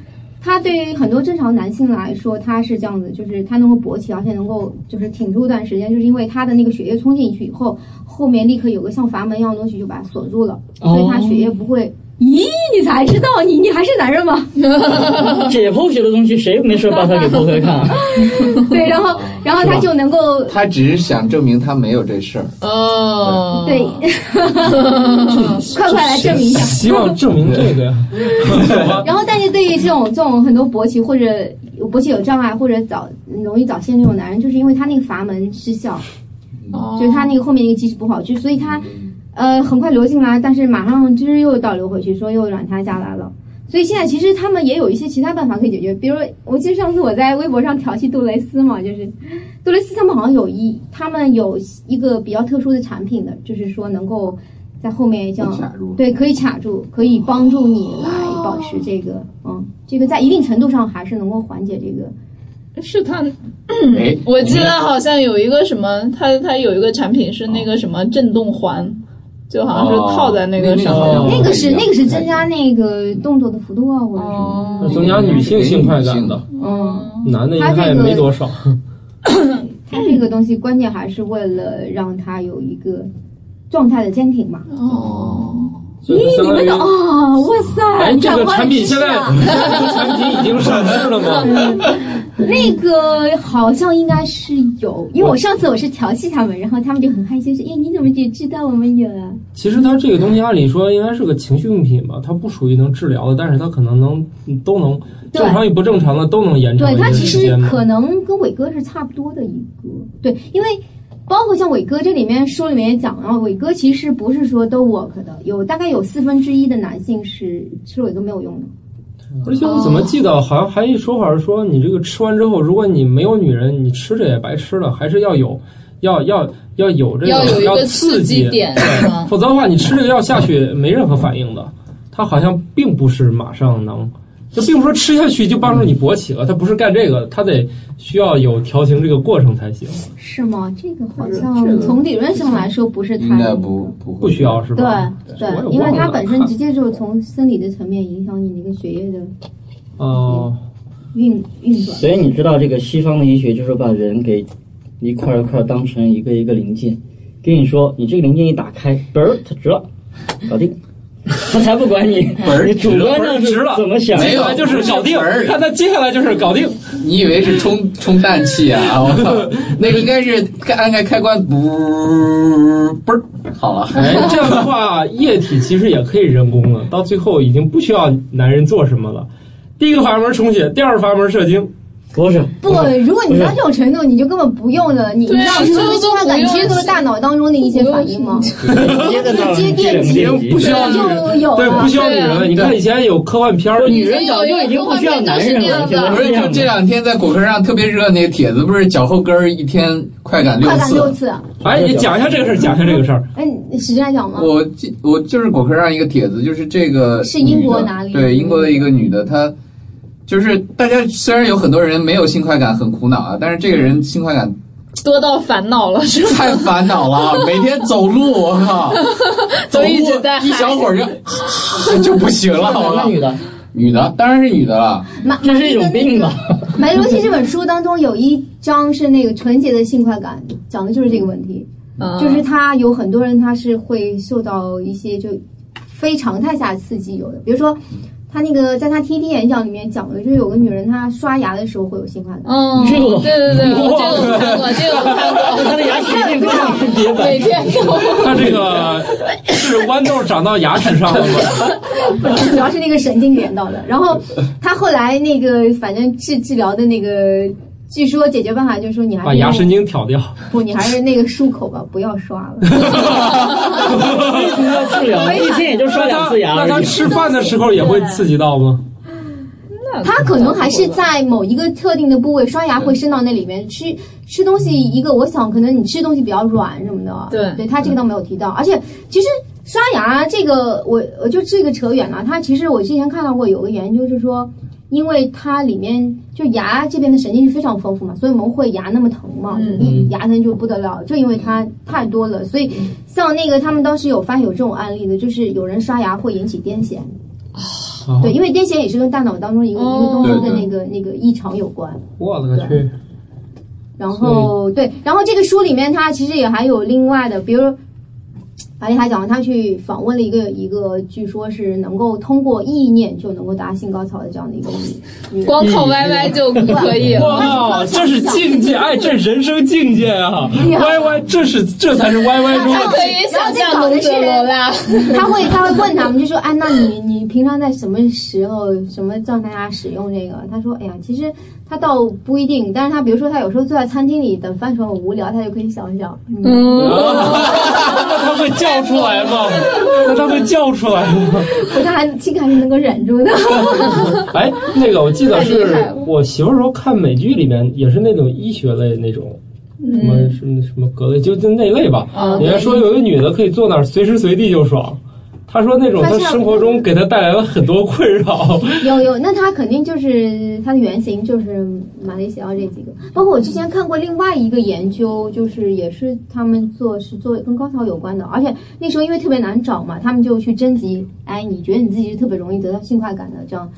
H: 它对于很多正常男性来说，它是这样子，就是它能够勃起，而且能够就是挺住一段时间，就是因为它的那个血液冲进去以后，后面立刻有个像阀门一样的东西就把它锁住了，所以它血
A: 哦
H: 液不会。咦，你才知道你你还是男人吗？
D: 解剖学的东西，谁没事把它给剖开 看？
H: 对，然后然后它就能够
B: 他只是想证明他没有这事儿。
E: 哦，
H: 对，
A: 哦
H: 快快来证明一下。
A: 希望证明这个呀。
H: 然后，但是对于这种这种很多勃起或者勃起有障碍或者早容易早泄这种男人，就是因为他那个阀门失效，就是他那个后面那个机制不好，就所以他呃很快流进来，但是马上就是又倒流回去，说又软塌下来了。所以现在其实他们也有一些其他办法可以解决，比如我记得上次我在微博上调戏杜蕾斯嘛，就是杜蕾斯他们好像有一他们有一个比较特殊的产品的，就是说能够在后面这样
B: 卡住
H: 对，可以卡住，可以帮助你来保持这个，嗯，这个在一定程度上还是能够缓解这个。
C: 是他，
H: 嗯
B: 哎，
C: 我记得好像有一个什么，他他有一个产品是那个什么震动环，就好像是套在那个上
B: 哦
C: 面。
H: 那个是那个是增加那个动作的幅度啊，或者是
C: 哦，
A: 增加女性性快感的，
H: 嗯，
A: 男的应该也没多少。
H: 它这个东西关键还是为了让它有一个状态的坚挺嘛。
C: 哦
A: 所以它相当于，
H: 哦，哇塞！
A: 哎，这个产品现在 这个产品已经上市了吗？
H: 嗯那个好像应该是有，因为我上次我是调戏他们，然后他们就很害羞说：“哎，你怎么也知道我们有啊
A: 其实它这个东西按理说应该是个情趣用品吧，它不属于能治疗的，但是它可能能都能
H: 对
A: 正常与不正常的都能？”延长
H: 对，
A: 一
H: 它
A: 个
H: 其
A: 时
H: 实
A: 间嘛。
H: 可能跟伟哥是差不多的一个，对，因为包括像伟哥这里面书里面也讲，然后伟哥其实不是说都 work 的，有大概有四分之一的男性是吃伟哥没有用的。
A: 而且我怎么记得好像还一说法是说，你这个吃完之后，如果你没有女人，你吃着也白吃了，还是要有，要要要有这个
E: 要有一个
A: 刺
E: 激点，是吗？
A: 否则的话，你吃这个药下去没任何反应的，它好像并不是马上能，就并不是说吃下去就帮助你勃起了，它不是干这个，它得需要有调情这个过程才行，
H: 是吗？这个好像从理论上来说不是
B: 应
H: 太
B: 该不不
A: 不
B: 会
A: 需要是
H: 对
A: 吧？我也忘
H: 对，
A: 了
H: 因为它本身直接就是从生理的层面影响你那个血液的
A: 哦、
H: 运运转。
D: 所以你知道这个西方的医学就是把人给一块儿一块儿当成一个一个零件，跟你说你这个零件一打开，嘣儿它值了，搞定，他才不管你，
B: 儿
D: 你主观
A: 本儿
D: 上
A: 值
D: 是
A: 了
D: 怎么想啊的？
A: 接下来就是搞定
B: 没有，
A: 看它接下来就是搞定，
B: 你以为是充充氮气啊？ 我操，那个应该是按开开关，不不是好了。
A: 哎，这样的话，液体其实也可以人工了，到最后已经不需要男人做什么了。第一个阀门充血，第二个阀门射精，
D: 不是，
H: 不，如果你到这种程度，你就根本不用了。你你
E: 对
H: 知
E: 啊
H: 道，说
E: 这
H: 明
E: 都
H: 快感
E: 不用
H: 其实都是大脑当中的一些反应 吗？
D: 接着到
H: 接
D: 这
H: 电
D: 两个
H: 极
D: 电极
A: 不需要女人，
H: 就有
A: 对，啊不
H: 了。
A: 需要女人。你看以前有科幻片儿，
D: 女人早就已经不需要男人了，现在
B: 不
D: 是
B: 是，就这
D: 这样
B: 两天在果壳上特别热那个帖子，不是脚后跟儿一天快感六
H: 快感
B: 次
H: 六。次，
A: 哎，你讲一下这个事儿，讲一下这个事儿。
H: 哎，你使劲来讲吗？
B: 我记我就是果壳上一个帖子，就是这个
H: 是英国
B: 女的
H: 哪里
B: 对，英国的一个女的，她就是大家虽然有很多人没有性快感很苦恼啊，但是这个人性快感
C: 多到烦恼了，是吧？
B: 太烦恼了，每天走路我靠，走路
C: 一直在
B: 一小会儿就就 不行了，我
D: 那
B: 靠
D: 女，的，
B: 女的当然是女的了，
H: 马
D: 这是一种病 吧？
H: 《买东西》这本书当中有一章是那个纯洁的性快感，讲的就是这个问题，
C: 嗯
H: 就是他有很多人他是会受到一些就非常态下刺激有的，比如说他那个在他 TT 演讲里面讲的，就是有个女人她刷牙的时候会有性快 感，
C: 嗯，
D: 这
C: 对
D: 个
C: 对对，我这个我看过，这个我看过，
D: 她的牙齿一定不是你识别
C: 每
D: 版，
C: 天有。
A: 它这个是豌豆长到牙齿上了吗？
H: 主要是那个神经连到的。然后他后来那个反正治治疗的那个，据说解决办法就是说你还
A: 把
H: 是
A: 牙
H: 用
A: 神经挑掉。
H: 不，你还是那个漱口吧，不要刷了。
D: 为什么要治疗？一天也就刷两次牙
A: 那
D: 而
A: 他
D: 已。
A: 吃饭的时候也会刺激到吗？
H: 它可能还是在某一个特定的部位，刷牙会伸到那里面。吃吃东西，一个我想可能你吃东西比较软什么的，
C: 对
H: 对，它这个倒没有提到。而且其实刷牙这个，我我就这个扯远了。它其实我之前看到过有个研究是说，因为它里面就牙这边的神经是非常丰富嘛，所以我们会牙那么疼嘛，
C: 嗯
H: 一牙疼就不得了，就因为它太多了。所以像那个他们当时有发现有这种案例的，就是有人刷牙会引起癫痫。
A: 哦
H: 对，因为癫痫也是跟大脑当中一个、
C: 哦
H: 一个东西的那个那个异常有关。
A: 我勒个去！
H: 然后对，然后这个书里面它其实也还有另外的，比如法利还讲了，他去访问了一个一个，据说是能够通过意念就能够达性高潮的这样的一个女女
C: 光靠 YY 就可以了。
A: 哇，这是境界，哎，这人生境界 啊
H: 呀
A: ！Y Y，这是这才是 Y Y 中
C: 他
A: 的
C: 可以想象龙泽罗拉，
H: 他会他会问他们，就说：“哎，那你你平常在什么时候、什么状态下使用这个？”他说：“哎呀，其实他倒不一定，但是他比如说他有时候坐在餐厅里等饭时候很无聊，他就可以想一想，嗯，
C: 嗯，
A: 啊那他会叫出来吗？那他会叫出来吗？
H: 我这还性还是能够忍住的。
A: 哎，那个我记得
C: 太厉
A: 是
C: 害了
A: 我媳妇儿时候看美剧里面也是那种医学类那种，什
H: 嗯
A: 么什么什么格类，就就那类吧。
H: 哦
E: 啊
A: 人家说有一个女的可以坐那儿随时随地就爽，她说那种
H: 她
A: 她
H: 像嗯
A: 生活中给她带来了很多困 扰。
H: 有有，那他肯定就是他的原型就是马来西亚这几个，包括我之前看过另外一个研究，就是也是他们做是做跟高潮有关的，而且那时候因为特别难找嘛，他们就去征集，哎，你觉得你自己是特别容易得到性快感的这样，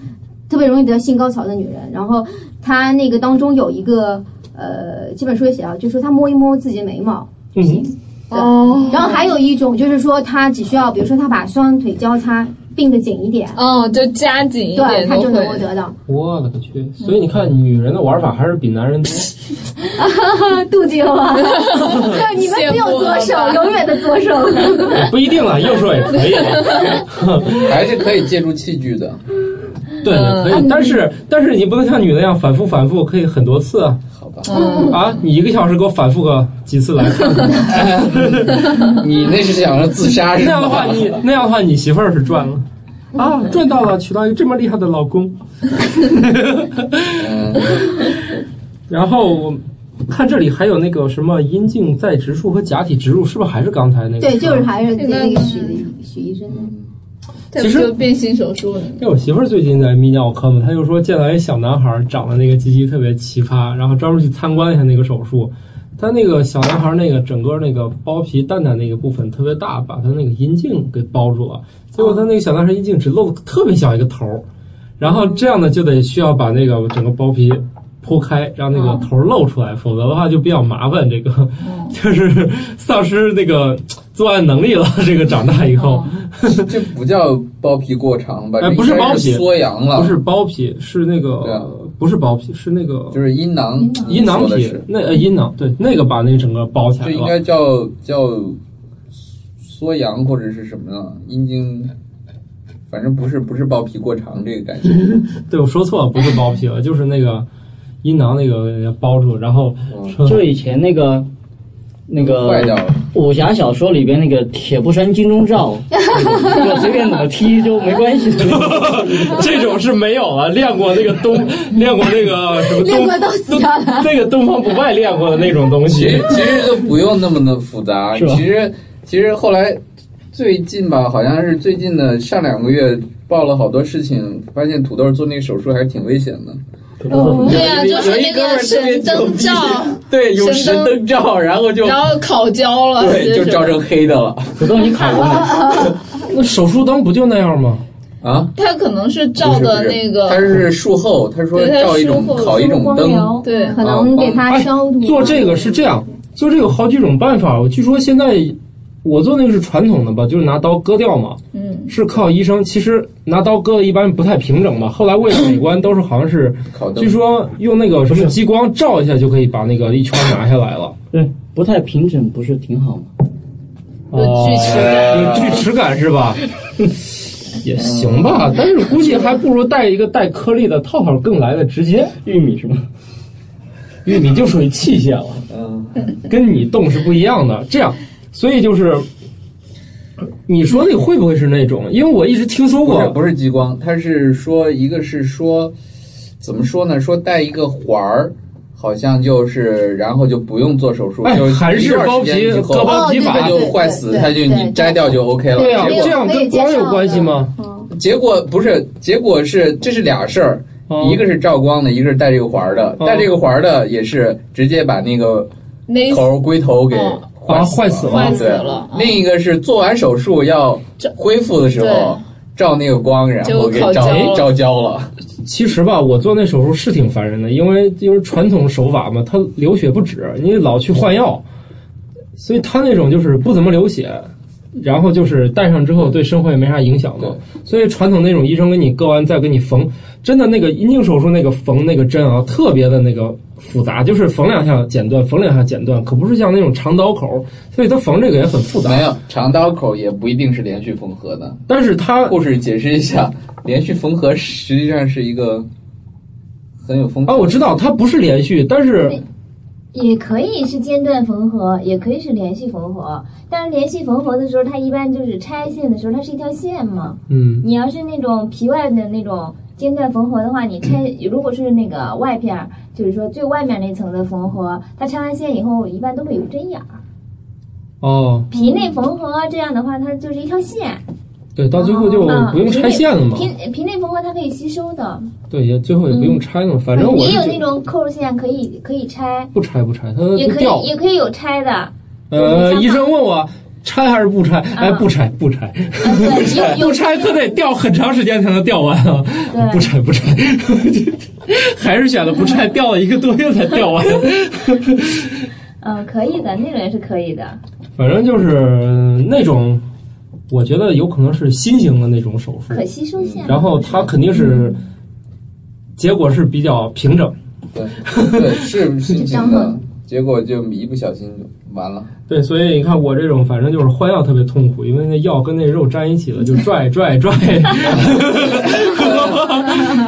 H: 特别容易得到性高潮的女人，然后他那个当中有一个呃，这本书也写到，就说他摸一摸自己的眉毛。
A: 嗯，
C: 哦
H: 然后还有一种就是说，他只需要，比如说他把双腿交叉并得紧一点，
C: 哦，就加紧一
H: 对，
C: 点
H: 他
C: 都
H: 就能够
C: 会。
H: 得到。
A: 我勒个去！所以你
H: 嗯
A: 看，女人的玩法还是比男人多。
H: 妒忌了吗？ 对，啊你们只有左手
C: 羡慕了吧，啊
H: 永远的左手。
A: 不一定了，右手也可以。
B: 还是可以借助器具的。
A: 对，可
H: 嗯
A: 以，但是但是你不能像女的一样反复反复，可以很多次啊。
B: 好吧，
E: 嗯，
A: 啊，你一个小时给我反复个几次来看 看，
B: 你那是想着自杀 是
A: 那样
B: 吧？
A: 的话你那样的话你媳妇儿是赚了。啊，赚到了，娶到一个这么厉害的老公。
B: 嗯，
A: 然后我看这里还有那个什么阴茎再植入和假体植入，是不是还是刚才那个？
H: 对，就是。还是那嗯个许许医生。
C: 这
A: 其
C: 不
A: 实
C: 就变性手术了吗？
A: 因为我媳妇儿最近在泌尿科嘛，她就说见到一小男孩儿长得那个鸡鸡特别奇葩，然后专门去参观了一下那个手术。他那个小男孩儿那个整个那个包皮蛋蛋那个部分特别大，把他那个阴茎给包住了。结果他那个小男孩阴茎只露得特别小一个头儿，然后这样呢就得需要把那个整个包皮剖开，让那个头儿露出来，否则的话就比较麻烦。这个 就是丧失那个作案能力了。这个长大以后。
B: 这不叫包皮过长吧？
A: 哎
B: 这应
A: 不是
B: 该
A: 包皮
B: 缩阳了，
A: 不是包皮，是那个、
B: 啊对啊
A: 不是包皮，是那个
B: 就是阴囊，
A: 阴囊
B: 说的
A: 皮
B: 是，
A: 那呃阴囊对那个把那个整个包起来
B: 这应
A: 了。
B: 该叫叫缩阳或者是什么呢？阴茎，反正不是不是包皮过长这个感觉。
A: 对我说错了，不是包皮了，就是那个阴囊那个包住，然后
B: 嗯
D: 就是以前那个那
B: 坏
D: 个
B: 掉了，
D: 武侠小说里边那个铁布衫金钟罩，我随便怎么踢都没关系的那种。
A: 这种是没有了，练过那个东，练过那个什么
H: 练
A: 东
H: 过都死掉了。
A: 那个东方不败练过的那种东
B: 其
A: 西
B: 实。其实都不用那么的复杂。
D: 是吧
B: 其实其实后来最近吧，好像是最近的上两个月报了好多事情，发现土豆做那个手术还是挺危险的。
C: 对
B: 有
C: 呀、
B: 一
C: 就是那
B: 有一哥们
C: 个
B: 儿特别
C: 神
B: 牛
C: 灯
B: 逼
C: 罩，
B: 对，有
C: 神
B: 神
C: 灯
B: 灯罩，然后就
C: 然后烤焦了，
B: 对，
C: 是
B: 就
C: 什么
B: 照成黑的了
D: 土豆，你考过吗？
A: 那手术灯不就那样吗？
B: 啊！
C: 他可能是
B: 不
C: 照
B: 是不
C: 的
B: 是
C: 那
B: 他
C: 个，
B: 是术后，他说
C: 对他是
B: 照一
C: 术
B: 种
C: 后
B: 烤一种
H: 光
B: 灯
H: 疗，
C: 对
H: 可能给他消毒。
A: 哎做这个是这样，做这个有好几种办法。我据说现在我做那个是传统的吧，就是拿刀割掉嘛。
C: 嗯，
A: 是靠医生，其实拿刀割的一般不太平整嘛。后来为了美观，都是好像是，
B: 烤灯
A: 据。说用那个什么激光照一下就可以把那个一圈拿下来 了。
D: 对，不太平整，不是挺好吗？
C: 有锯齿
A: 感，有锯齿感是吧？也行吧，但是估计还不如戴一个带颗粒的套套更来的直接，
D: 玉米是吗？
A: 因为你就属于器械了。
B: 嗯，
A: 跟你动是不一样的。这样，所以就是，你说那个会不会是那种？因为我一直听说
B: 不是
A: 过，
B: 不是激光，他是说一个是说怎么说呢？说带一个环儿。好像就是，然后就不用做手术，
A: 哎
B: 就是
A: 韩式
B: 一段时
A: 包皮
B: 间之后
A: 割包
H: 皮法
B: 它就坏死，
H: 对对
B: 它就
H: 对
B: 你摘掉就 OK 了。
A: 对啊，
B: 结
A: 这
B: 果
A: 样跟光有关系吗？
H: 嗯，
B: 结果不是，结果是这是俩事儿，
A: 哦
B: 一个是照光的，一个是带这个环儿的。
A: 哦
B: 带这个环儿的也是直接把那个
C: 那
B: 头龟头给
C: 嗯哦
A: 啊
B: 坏
A: 坏死
B: 死
A: 了
B: 对
C: 坏死了
B: 另一个是做完手术要恢复的时候，照那个光，然后给
C: 就烤
B: 照
C: 焦
B: 照焦了。
A: 其实吧，我做那手术是挺烦人的，因为就是传统手法嘛，它流血不止，你老去换药，所以他那种就是不怎么流血，然后就是戴上之后对生活也没啥影响嘛。所以传统那种医生给你割完再给你缝，真的那个阴茎手术那个缝那个针啊，特别的那个复杂，就是缝两下剪断，缝两下剪断，可不是像那种长刀口，所以他缝这个也很复杂
B: 没。有长刀口也不一定是连续缝合的。
A: 但是他
B: 护士解释一下，连续缝合实际上是一个很有风
H: 哦
A: 啊，我知道他不是连续，但是
I: 也可以是间断缝合，也可以是连续缝合。但是连续缝合的时候，它一般就是拆线的时候，它是一条线嘛。
A: 嗯。
I: 你要是那种皮外的那种间断缝合的话，你拆如果是那个外片儿，就是说最外面那层的缝合，它拆完线以后，一般都会有针眼儿。
A: 哦，
I: 皮内缝合这样的话，它就是一条线，
A: 对，到最后就
I: 嗯
A: 不用拆线了嘛。
I: 皮皮内缝合它可以吸收的。
A: 对，也最后也不用拆了，反正我
I: 嗯也
A: 是
I: 有
A: 觉
I: 那种扣线可以可以拆，
A: 不拆不拆，它
I: 也
A: 不
I: 可
A: 掉
I: 以。也可以有拆 的。
A: 呃，医生问我拆还是不拆？哎，
I: 嗯
A: 不拆不拆，哎
I: 对，有
A: 不拆可得掉很长时间才能掉完啊！
I: 对
A: 不拆不拆， 还是选了不拆，掉了一个多月才 掉完。
I: 嗯，可以的，那种也是可以的。
A: 反正就是那种，我觉得有可能是新型的那种手术，
I: 可吸收线。
A: 嗯然后它肯定是结果是比较平整。
B: 对对是心情
H: 张
B: 的
H: 了，
B: 结果就一不小心就完了。
A: 对，所以你看我这种，反正就是换药特别痛苦，因为那药跟那肉粘一起了，就拽拽 拽。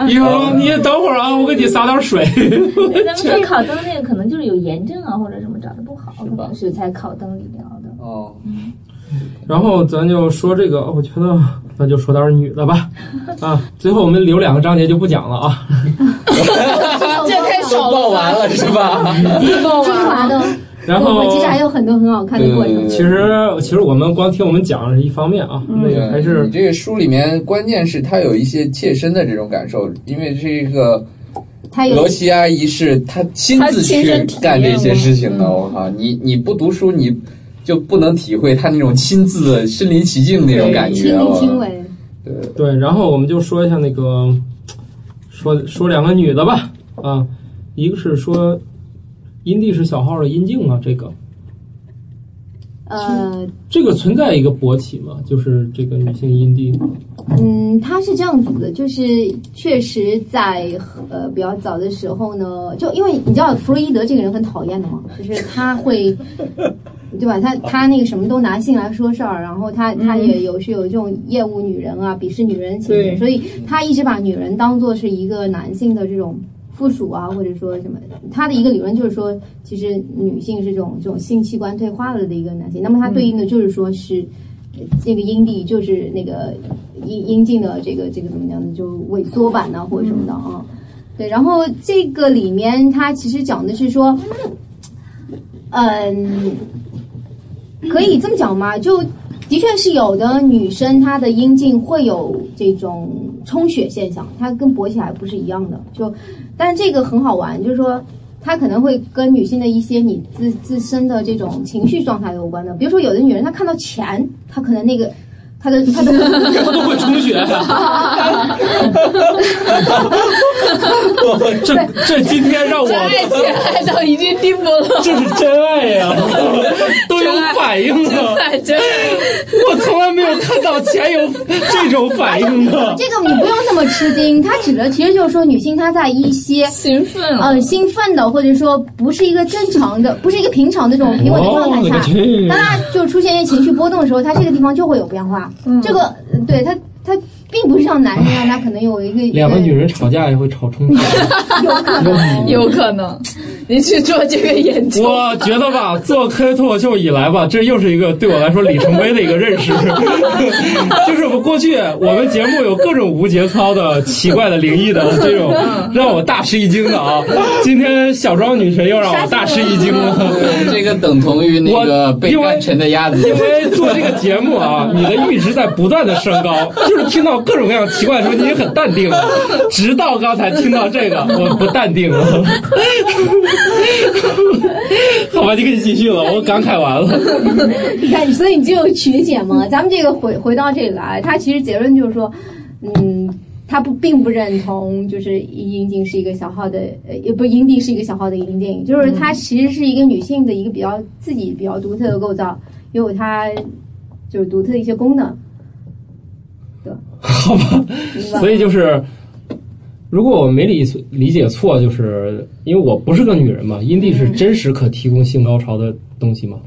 A: 医生说：“你等会儿啊，我给你撒点水。
I: 对咱们说烤灯那个可能就是有炎症啊，或者什么找的不好，
B: 吧
I: 可能是才烤灯理疗的。
B: 哦，”
A: 然后咱就说这个，哦我觉得那就说点女的吧。啊，最后我们留两个章节就不讲了啊。
C: 这太少
B: 报完了是吧？
C: 爆
H: 精华的，
A: 哦然
H: 我
A: 后
H: 我其实还有很多很好看的过程。
A: 其实其实我们光听我们讲是一方面啊，
H: 嗯
A: 那个还是
B: 你这个书里面，关键是它有一些切身的这种感受，因为这个
H: 它有
B: 罗西亚一是他亲自去干这些事情
H: 嗯
B: 的。我靠，你你不读书，你就不能体会他那种亲自的身临其境那种感
H: 亲
B: 觉。
A: 啊
H: 力
B: 我
H: 亲为，
B: 对，
A: 对，然后我们就说一下那个，说说两个女的吧，啊，一个是说阴蒂是小号的阴茎啊，这个
H: 呃，
A: 这个存在一个勃起嘛，就是这个女性阴蒂，
H: 嗯，它是这样子的，就是确实在呃比较早的时候呢，就因为你知道弗洛伊德这个人很讨厌的嘛，就是他会，对吧？他他那个什么都拿性来说事儿，然后他他也有是有这种厌恶女人啊、鄙视女人的情
C: 对
H: 绪，所以他一直把女人当做是一个男性的这种。附属啊，或者说什么，他的一个理论就是说，其实女性是这种这种性器官退化了的一个男性，那么它对应的就是说是这个阴蒂就是那个阴阴茎的这个这个怎么讲呢？就萎缩版呐、或者什么的啊。对，然后这个里面它其实讲的是说，嗯，可以这么讲吗？就的确是有的女生她的阴茎会有这种充血现象，它跟勃起还不是一样的。就，但是这个很好玩，就是说。它可能会跟女性的一些你自自身的这种情绪状态有关的，比如说有的女人她看到钱，她可能那个她的她的
A: 她都会充血。这这今天让我
C: 爱起来到已经听不了，
A: 这是真爱呀、都有反应了，
C: 爱真
A: 我从来没有看到前有这种反应的。
H: 这个你不用那么吃惊，它指的其实就是说女性她在一些
C: 兴奋了。
H: 呃兴奋的，或者说不是一个正常的，不是一个平常的这种平稳的状
A: 我
H: 态
A: 哦勒个
H: 下，
A: 去
H: 当！她就出现一些情绪波动的时候，她这个地方就会有变化。
A: 嗯
H: 这个呃对她她并不是像男生 一样，她可能有一个
A: 两个女 人吵架也会吵冲突。
C: 有可能，你去做这个研究。
A: 我觉得吧，做科学脱口秀以来吧，这又是一个对我来说里程碑的一个认识， 就是我过去我们节目有各种无节操的、奇怪的、灵异的这种，让我大吃一惊的啊！今天小庄女神又让我大吃一惊了。
B: 这个等同于那个被干沉的鸭子
A: 因。为做这个节目啊，你的阈值在不断的升高，就是听到各种各样奇怪的时候，啊你也很淡定了，直到刚才听到这个，我不淡定了。好吧，就可以继续了，我感慨完了。
H: 你看，所以你就曲解嘛。 咱们这个回回到这里来，他其实结论就是说，嗯，他不并不认同，就是银锭是一个小号的，呃，也不银锭是一个小号的银锭电影，就是它其实是一个女性的一个比较自己比较独特的构造，也有它就是独特的一些功能。对，
A: 好吧，
H: 明白
A: 所以就是，如果我没理错理解错，就是因为我不是个女人嘛，阴蒂是真实可提供性高潮的东西吗？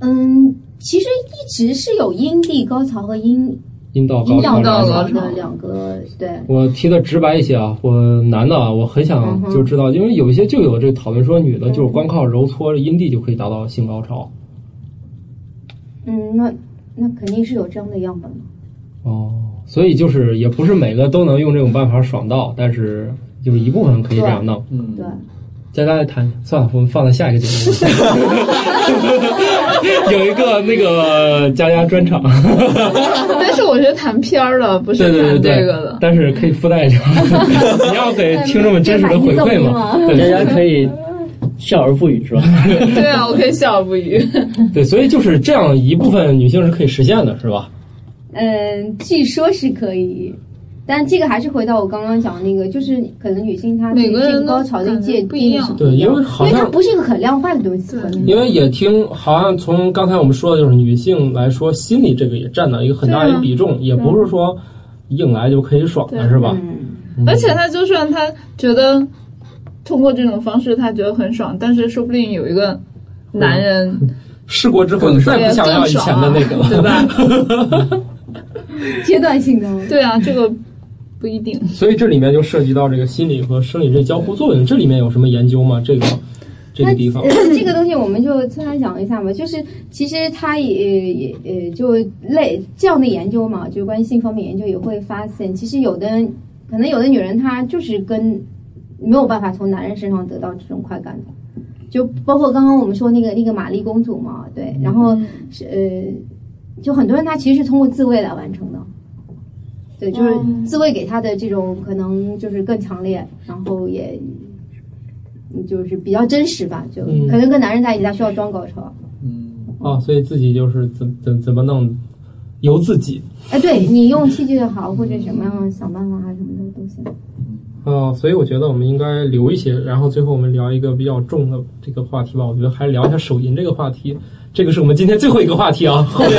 H: 嗯，其实一直是有阴蒂高潮和阴
A: 阴道高
H: 阴
A: 潮这样
H: 道高
A: 子。
H: 潮的两个对。
A: 我提的直白一些啊，我男的啊，我很
C: 嗯
A: 想就知道，因为有一些就有这讨论说，女的就是光靠揉搓阴蒂就可以达到性高潮。
H: 嗯，那那肯定是有这样的样本嘛。
A: 哦，所以就是也不是每个都能用这种办法爽到，但是就是一部分可以这样
C: 啊
A: 弄。
B: 嗯
H: 对，
A: 再大家谈，算了，我们放在下一个节 目。 有一个那个佳佳专场，
C: 但是我觉得谈片儿了，不是
A: 对对对
C: 谈
A: 对，
C: 这个的。
A: 但是可以附带 一下，你要给听众们真实的回馈嘛。
C: 哎
D: 大
A: 对
C: 啊
D: 家可以笑而不语是吧？
C: 对啊，我可以笑而不语。
A: 对，所以就是这样一部分女性是可以实现的，是吧？
H: 嗯，据说是可以，但这个还是回到我刚刚讲的那个，就是可能女性她
C: 每个人
H: 对这
C: 都
H: 高潮的界定
C: 不一样
H: 是
A: 对，因为
H: 因
A: 好
H: 为它
A: 像
H: 不是一个很量化的东西。可能
A: 因为也听，好像从刚才我们说的，就是女性来说，心理这个也占到一个很大的一个比
C: 啊
A: 重，也不是说硬来就可以爽的，是吧？
H: 嗯，
A: 嗯
C: 而且他就算他觉得通过这种方式他觉得很爽，但是说不定有一个男人
A: 试过之后，你再
C: 对
A: 不想要
C: 更
A: 以
C: 爽
A: 前的
C: 啊，
A: 那个了，
C: 对吧？
H: 阶段性的。
C: 对啊，这个不一定。
A: 所以这里面就涉及到这个心理和生理这交互作用，这里面有什么研究吗？这个这个地方
H: 呃，这个东西我们就粗浅讲一下嘛，就是其实它也也也就类这样的研究嘛，就关于性方面研究也会发现，其实有的人可能有的女人她就是跟没有办法从男人身上得到这种快感的。就包括刚刚我们说那个那个玛丽公主嘛，对，
C: 嗯
H: 然后是呃，就很多人她其实是通过自慰来完成的，对，就是
C: 哦
H: 自慰给她的这种可能就是更强烈，然后也就是比较真实吧，就
A: 嗯
H: 可能跟男人在一起，他需要装高潮。
B: 嗯，
A: 啊，所以自己就是怎怎怎么弄，由自己
H: 哎，
C: 嗯
H: 对你用器具也好，或者什么样想办法啊什么的都行。
A: 啊，所以我觉得我们应该留一些，然后最后我们聊一个比较重的这个话题吧。我觉得还聊一下手淫这个话题，这个是我们今天最后一个话题啊，后面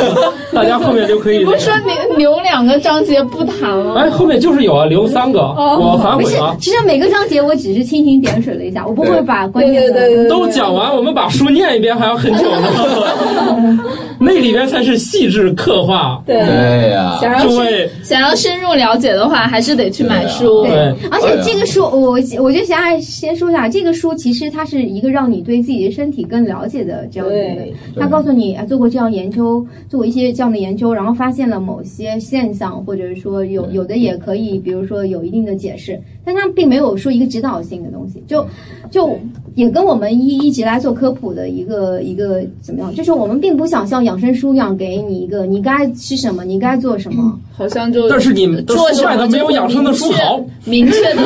A: 大家后面就可以
C: 不。是说你留两个章节不谈了？
A: 哎，后面就是有啊，留三个，
C: 哦
A: 我反
C: 啊
H: 不
A: 悔啊
H: 是
A: 了，，
H: 其实每个章节我只是蜻蜓点水了一下，我不会
B: 对
H: 把关键的。
C: 对
A: 都讲完，我们把书念一遍还要很久呢， 那里边才是细致刻画。
C: 对。
B: 对呀，
C: 想要
A: 诸
C: 深
A: 位，
C: 想要深入了解的话，还是得去买书。
H: 对
A: 对，啊
C: 哎
H: 而且这个书，我我我就想先说一下，这个书其实它是一个让你对自己的身体更了解的这样的一个
C: 对，
H: 它告诉你啊做过这样研究，做过一些这样的研究，然后发现了某些现象，或者说
C: 嗯
H: 有有的也可以，比如说有一定的解释，但它并没有说一个指导性的东西，就就也跟我们一一直来做科普的一个一个怎么样，就是我们并不想像养生书一样给你一个你该吃什么，你该做什么。
C: 好像就
A: 但是你们的
C: 做
A: 书
C: 什
A: 卖
C: 么
A: 的没有
C: 就
A: 养生的书好。
C: 明 确的，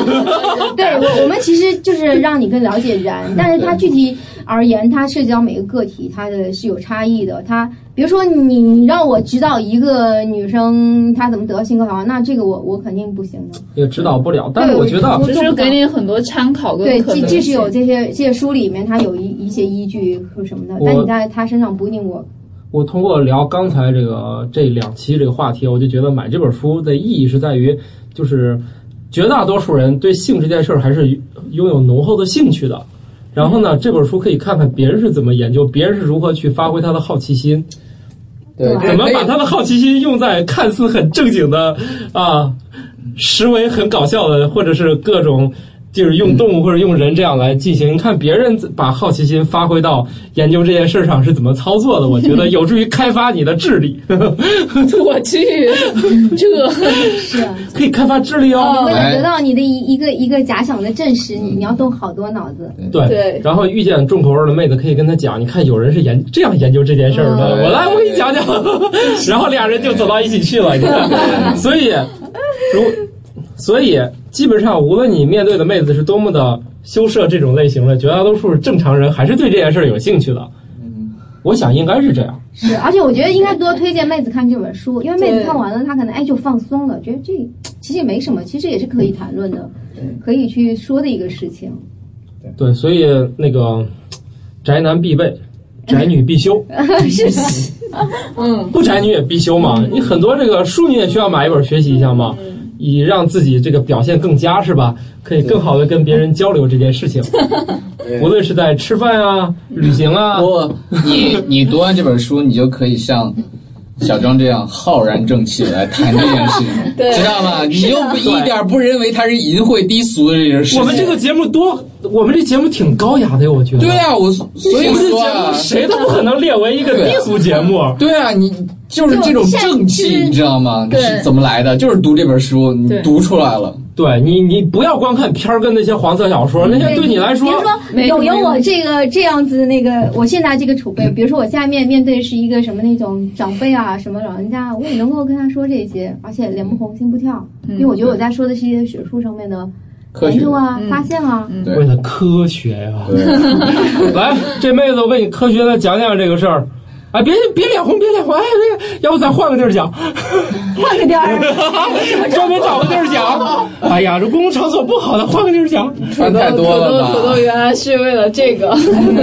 H: 对我，我们其实就是让你更了解人，但是它具体而言，它涉及到每个个体，它的是有差异的。它比如说你，你让我指导一个女生她怎么得到性高潮，那这个我我肯定不行的。
A: 也指导不了。但
C: 嗯
A: 是我觉得，
C: 只是给你很多参考跟
H: 对，
C: 可
H: 即
C: 能
H: 即使有
C: 性
H: 这些这些书里面它有一一些依据或什么的，
A: 我
H: 但你在她身上不一定我
A: 我通过聊刚才这个这两期这个话题，我就觉得买这本书的意义是在于，就是绝大多数人对性这件事儿还是拥有浓厚的兴趣的。然后呢，这本书可以看看别人是怎么研究，别人是如何去发挥他的好奇心，
B: 对，
A: 怎
D: 哎
A: 么把他的好奇心用在看似很正经的啊，实为很搞笑的，或者是各种就是用动物或者用人这样来进行。你看别人把好奇心发挥到研究这件事上是怎么操作的，我觉得有助于开发你的智力，
C: 我去， 这
H: 是啊，
A: 可以开发智力哦。
H: 为了
B: 哎
H: 得到你的一一个一个假想的证实，你你要动好多脑子。
A: 对，
C: 对
A: 然后遇见重口味的妹子，可以跟她讲，你看有人是研这样研究这件事儿的，
B: 嗯
A: 我来，我给你讲讲， 然后俩人就走到一起去了，你看，所以，如，所以基本上无论你面对的妹子是多么的修设这种类型的，绝大多数正常人还是对这件事儿有兴趣的。我想应该是这样。
H: 是，而且我觉得应该多推荐妹子看这本书，因为妹子
C: 对
H: 看完了，她可能哎就放松了，觉得这其实也没什么，其实也是可以谈论的，可以去说的一个事情。
A: 对，所以那个宅男必备，宅女必 修，
H: 是，
C: 嗯，
A: 不宅女也必修嘛。你很多这个书你也需要买一本学习一下嘛，以让自己这个表现更佳是吧？可以更好的跟别人交流这件事情，无论是在吃饭啊、旅行啊，
B: 不，你你读完这本书，你就可以像小庄这样浩然正气的来谈这件事情，
C: 对
B: 知道吗？你又不一点不认为它是淫秽低俗的这件事情。
A: 我们这个节目多，我们这节目挺高雅的，我觉得。
B: 对啊，我所以
A: 我们这
B: 说
A: 节目
B: 啊，
A: 谁都不可能列为一个低俗节目。
B: 对啊，你就是这种正气，你知道吗？
C: 对
B: 是怎么来的？就是读这本书，你
C: 对
B: 读出来了。
A: 对你，你不要光看片儿跟那些黄色小说，那些对你来
H: 比
A: 说
H: 如，说
C: 没
H: 有有
C: 没
H: 我这个这样子那个，我现在这个储备，比如说我下面面对是一个什么那种长辈啊，什么老人家，我也能够跟他说这些，而且脸不红心不跳，因为我觉得我在说的是一些学术上面的
B: 科
H: 研
B: 学
H: 究啊
E: 嗯、
H: 发现啊，
B: 对
A: 为了科学呀、
B: 对，
A: 来，这妹子，我为你科学的讲讲这个事儿。哎，别别脸红，别脸红，哎，别，要不咱换个地儿讲，
H: 换个地儿，啊
A: 专门找个地儿讲。哎呀，这公共场所不好的，换个地儿讲。
B: 穿太多
C: 土豆土
B: 了
C: 豆
B: 吧？
C: 原来是为了这个，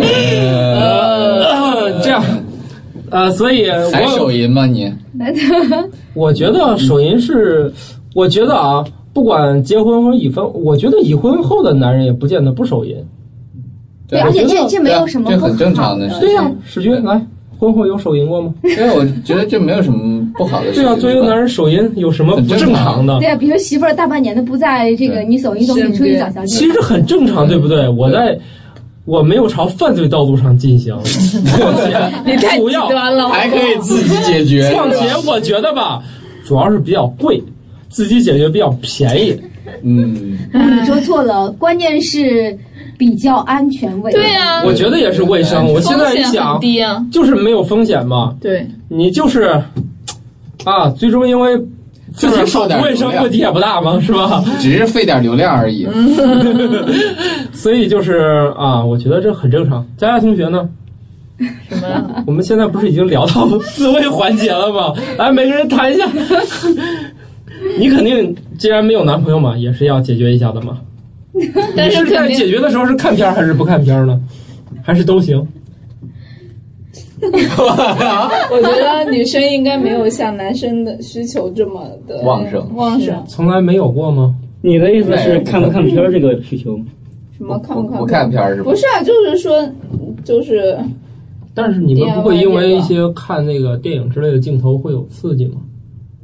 B: 呃，
C: 呃，
A: 呃这样，呃，所以
B: 还
A: 我
B: 手淫吗你？
A: 我觉得手淫是，我觉得啊，不管结婚或者已婚，我觉得已婚后的男人也不见得不手淫。
H: 对，
B: 啊
H: 而且
A: 我觉
H: 这
A: 得
H: 这没有什么
B: 这
H: 不
B: 很正常的
H: 好
B: 事
A: 对呀、史军来，哎婚后有手淫过吗？
B: 所以我觉得这没有什么不好的事
A: 对
B: 情。
A: 呀、作为男人手淫有什么不正常的？
H: 对啊，比如媳妇儿大半年的不在这个
B: 对
H: 你手一动，你出去找小
A: 其
H: 姐，
A: 实很正
B: 嗯
A: 常，对不对？我在。我没有朝犯罪道路上进行，况
C: 你
A: 且
C: 太
A: 主
C: 极
A: 要
C: 端了，
B: 还可以自己 解决。
A: 况且我觉得吧，主要是比较贵，自己解决比较便宜。
B: 嗯，
H: 哦你说错了，关键是比较安全卫生。
C: 对啊呀、
A: 我觉得也是卫生。我现在
C: 嗯风
A: 一
C: 险很
A: 想，
C: 低啊，
A: 就是没有风险嘛，
C: 对，
A: 你就是啊，最终因为
B: 就是是靠点
A: 不卫生
B: 流量
A: 问题也不大嘛，是吧？
B: 只是费点流量而已。
A: 嗯所以就是啊，我觉得这很正常。佳佳同学呢？
C: 什么呀？
A: 我们现在不是已经聊到自慰环节了 吗？来，每个人谈一下。 你肯定既然没有男朋友嘛，也是要解决一下的嘛。
C: 但
A: 你
C: 是
A: 是
C: 肯
A: 在
C: 定
A: 解决的时候是看片儿还是不看片儿呢？还是都行？
C: 我觉 得女生应该没有像男生的需求这么的
B: 旺盛
C: 旺盛。
A: 从来没有过吗？
D: 你的意思是看不看片儿这个需求吗？
C: 什么看
B: 不
C: 看？
B: 不看片儿是吧
C: 不？是啊，就是说，就是
A: 但是你们不会因为一些看那个电影之类的镜头会有刺激吗？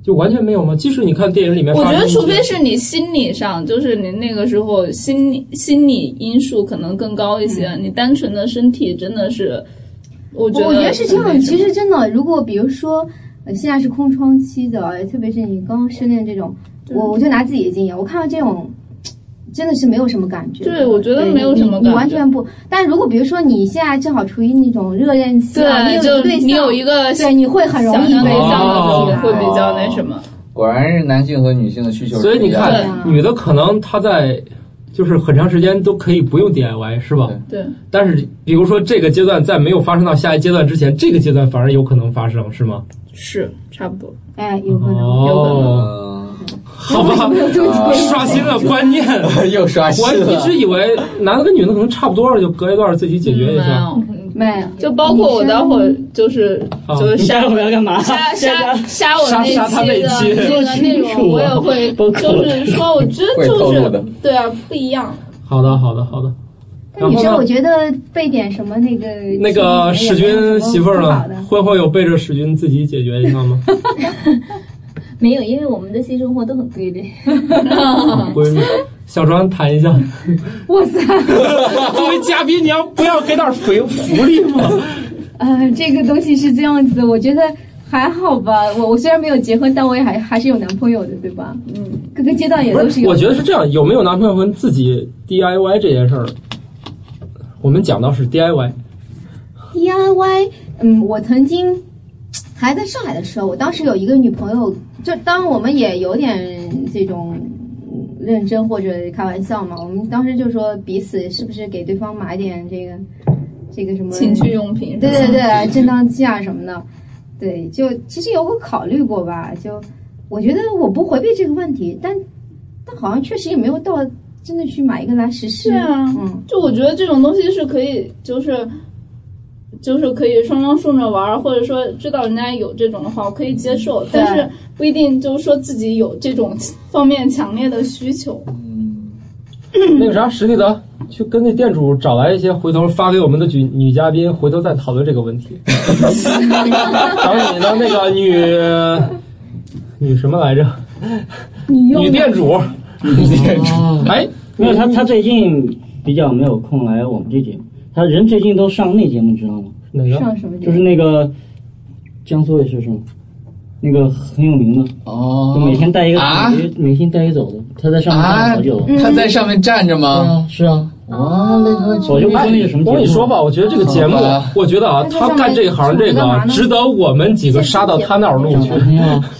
A: 就完全没有吗？即使你看电影里面
C: 我
A: 发
C: 觉
A: 生一些，
C: 得，除非是你心理上，就是你那个时候心理心理因素可能更高一些，
A: 嗯
C: 你单纯的身体真的是，我觉得
H: 我觉得是这样，
C: 没什么
H: 其实真的，如果比如说，呃，现在是空窗期的，特别是你刚失恋这种，我我就拿自己的经验，我看到这种。真的是没有什么感觉的，
C: 对我觉得
H: 对
C: 没有
H: 你
C: 什么
H: 你
C: 感
H: 完
C: 觉
H: 全不。但如果比如说你现在正好处于那种热恋期啊，
C: 对，
H: 你有一
C: 就
H: 个对象，
C: 你有一个
H: 对，你会很容
C: 想
H: 易
C: 象
H: 被
C: 对
H: 这
C: 象
H: 样
C: 的
H: 的
C: 时
H: 东
C: 候
H: 西
C: 会
A: 哦
H: 来
C: 比较那什么。
B: 果然是男性和女性的需求是不
A: 所
B: 一
A: 以
B: 样的。
A: 你
H: 对
A: 看
H: 啊，
A: 女的可能她在就是很长时间都可以不用 DIY，是吧？
B: 对
C: 对，
A: 但是，比如说这个阶段在没有发生到下一阶段之前，这个阶段反而有可能发生，是吗？
C: 是差不多。
H: 哎，有可能。
C: 有可
A: 哦，
B: 嗯，
A: 好吧， 刷新了观念。
B: 又刷新
A: 我一
B: 了
A: 直。以为男的跟女的可能差不多了，就隔一段自己解决一
C: 嗯没
A: 下。
C: 有，
H: 没有，
C: 就包括我待会儿就是
A: 啊
C: 就是
D: 你
C: 杀
D: 下一回要干嘛？
C: 杀杀杀我
A: 杀杀他
C: 那
A: 那
C: 期
A: 一
C: 的
A: 期
C: 那个内容，我也会
D: 都扣
C: 就
D: 了
C: 是说，我觉得
B: 会透
C: 就
B: 露的
C: 是对啊，不一样。
A: 好的，好的，好的。
H: 但女
A: 然
H: 生
A: 后
H: 我
A: 呢
H: 觉得备点什么那个
A: 那个史军媳妇儿
H: 也没有什么不好
A: 呢
H: 的？
A: 婚后有背着史军自己解决一下吗？
I: 没有，因为我们的性生活都很规律。
A: 闺蜜，小庄谈一下。
H: 哇塞，
A: 作为嘉宾，你要不要给点福福利吗？
H: 呃，这个东西是这样子的，我觉得还好吧。我我虽然没有结婚，但我也还还是有男朋友的，对吧？嗯，各个阶段也都
A: 不
H: 是
A: 是，
H: 有。
A: 我觉得是这样，有没有男朋友跟自己 DIY 这件事儿，我们讲到是 DIY。
H: DIY，嗯，我曾经还在上海的时候，我当时有一个女朋友，就当我们也有点这种嗯认真或者开玩笑嘛。我们当时就说彼此是不是给对方买点这个这个什么
C: 情趣用品，
H: 对对对，震荡剂啊什么的，对，就其实有我考虑过吧，就我觉得我不回避这个问题，但但好像确实也没有到真的去买一个来实施。
C: 是啊
H: 嗯，
C: 就我觉得这种东西是可以，就是就是可以双双顺着玩儿，或者说知道人家有这种的话，我可以接受，但是不一定就是说自己有这种方面强烈的需求。
B: 嗯
A: 那个啥，史蒂德，去跟那店主找来一些，回头发给我们的女女嘉宾，回头再讨论这个问题。找你的那个女女什么来着？女店主。
D: 哦，
A: 哎，
D: 没有他，他最近比较没有空来我们这节目，他人最近都上那节目，你知道吗？
A: 哪个？
H: 上什么
D: 就是那个江苏卫视是吗？那个很有名的，
B: 哦
D: 就，每天带一个
B: 啊
D: 每每天带一走的，他在上面
B: 啊
D: 站了好久了。
B: 他在上面站着
D: 对
B: 吗？
D: 啊，是啊，
B: 哇，那个
D: 我就不说那个什么节目
A: 哎我
D: 了
A: 跟你说吧，，我觉得这个节目
B: 好吧，
A: 我觉得啊，他干这行这个值得我们几个杀到他那儿录
D: 找
A: 去。
D: 男朋友 啊，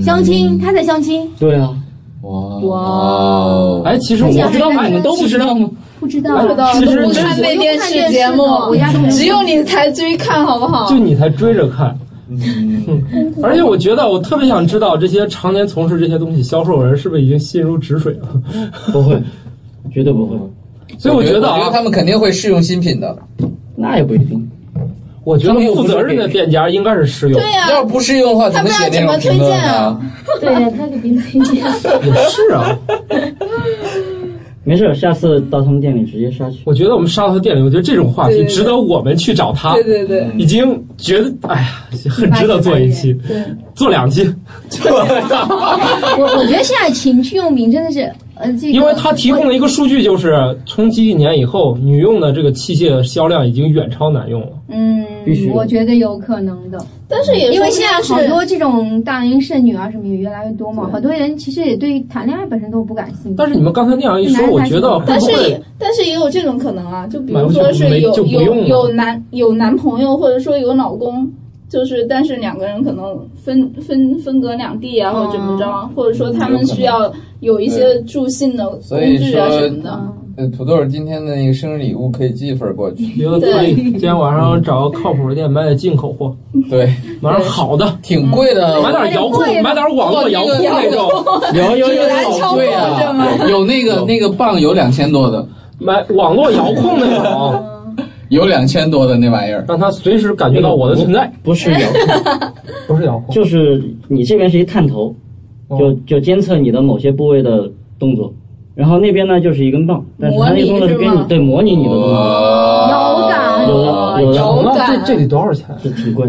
H: 相亲，他在相亲，
D: 对啊，
B: 哇哦
E: 哇
A: 哎，其实我
D: 我知道吗？
A: 哎
D: 你们都不知道吗？
H: 不知道
C: 不知道
A: 其实
C: 都不
A: 真
C: 看
A: 是
C: 那电视节目，
H: 我家都没
C: 只有你才追看，好不好
A: 就？你才追着看。嗯，而且我觉得我特别想知道这些常年从事这些东西销售人是不是已经心如止水了？
D: 不会，绝对不会，
A: 所以
B: 我
A: 我觉得
B: 我觉得
A: 啊，
B: 他们肯定会试用新品的，
D: 那也不一定。
A: 我觉得负责任的店家应该是实用。
C: 对 呀、
B: 要是不试用的话，
C: 他
B: 怎
C: 们
B: 写那种评论啊？
I: 对呀，他给别人推荐。
A: 也是啊，
D: 没事，下次到他们店里直接杀去。
A: 我觉得我们杀到他店里，我觉得这种话
C: 对
A: 题
C: 对对
A: 值得我们去找他
C: 对。对对，
A: 已经觉得哎呀，很值得做一期，做两期，
H: 我我觉得现在情趣用品真的是，呃，这个
A: 因为他提供了一个数据，就是从几几年以后，女用的这个器械销量已经远超男用了。
H: 嗯
D: 必须，
H: 我觉得有可能的，
C: 但是也
H: 因为
C: 说不
H: 现
C: 定
H: 在
C: 是
H: 好多这种大龄剩女啊什么也越来越多嘛，很多人其实也对谈恋爱本身都不感兴趣。
A: 但是你们刚才那样一说，我觉得会
C: 但
A: 不
C: 是
A: 会
C: 也但是也有这种可能啊，就比
A: 买
C: 如
A: 回去
C: 说
A: 不
C: 是
A: 没
C: 有
A: 就不用
C: 有
A: 了
C: 有男有男朋友，或者说有老公，就是但是两个人可能分分分隔两地啊，或者怎么着
H: 哦
C: 啊，或者说他们需要有一些助兴的
B: 所
C: 工
B: 以
C: 具啊
B: 说
C: 什么
H: 嗯
C: 的。
B: 呃，土豆今天的那个生日礼物可以寄一份过去，
A: 觉得可以？今天晚上找个靠谱的店买点进口货，
B: 对，
A: 买点好的，
B: 挺贵的，啊
A: 买点遥控，买点网络遥控那种，
D: 有有
B: 这
D: 有
B: 个
D: 有，
B: 好贵啊！有那个那个棒有两千多的，
A: 买网络遥控那种，
B: 有两千多的那玩意儿，
A: 让他随时感觉到我的存在。
D: 不是有，
A: 不是遥控，
D: 就是你这边是一探头，就
A: 哦
D: 就监测你的某些部位的动作，然后那边呢就是一根棒，但是
C: 模
D: 它
C: 拟
D: 那动作是
C: 是
D: 跟
C: 吗
D: 你对模拟你的动
A: 哦
D: 作，
B: 有
H: 感
D: 有
A: 呃
D: 的有
C: 有
D: 的
A: 那
C: 感啊
A: 这这得多少钱？
D: 是挺贵，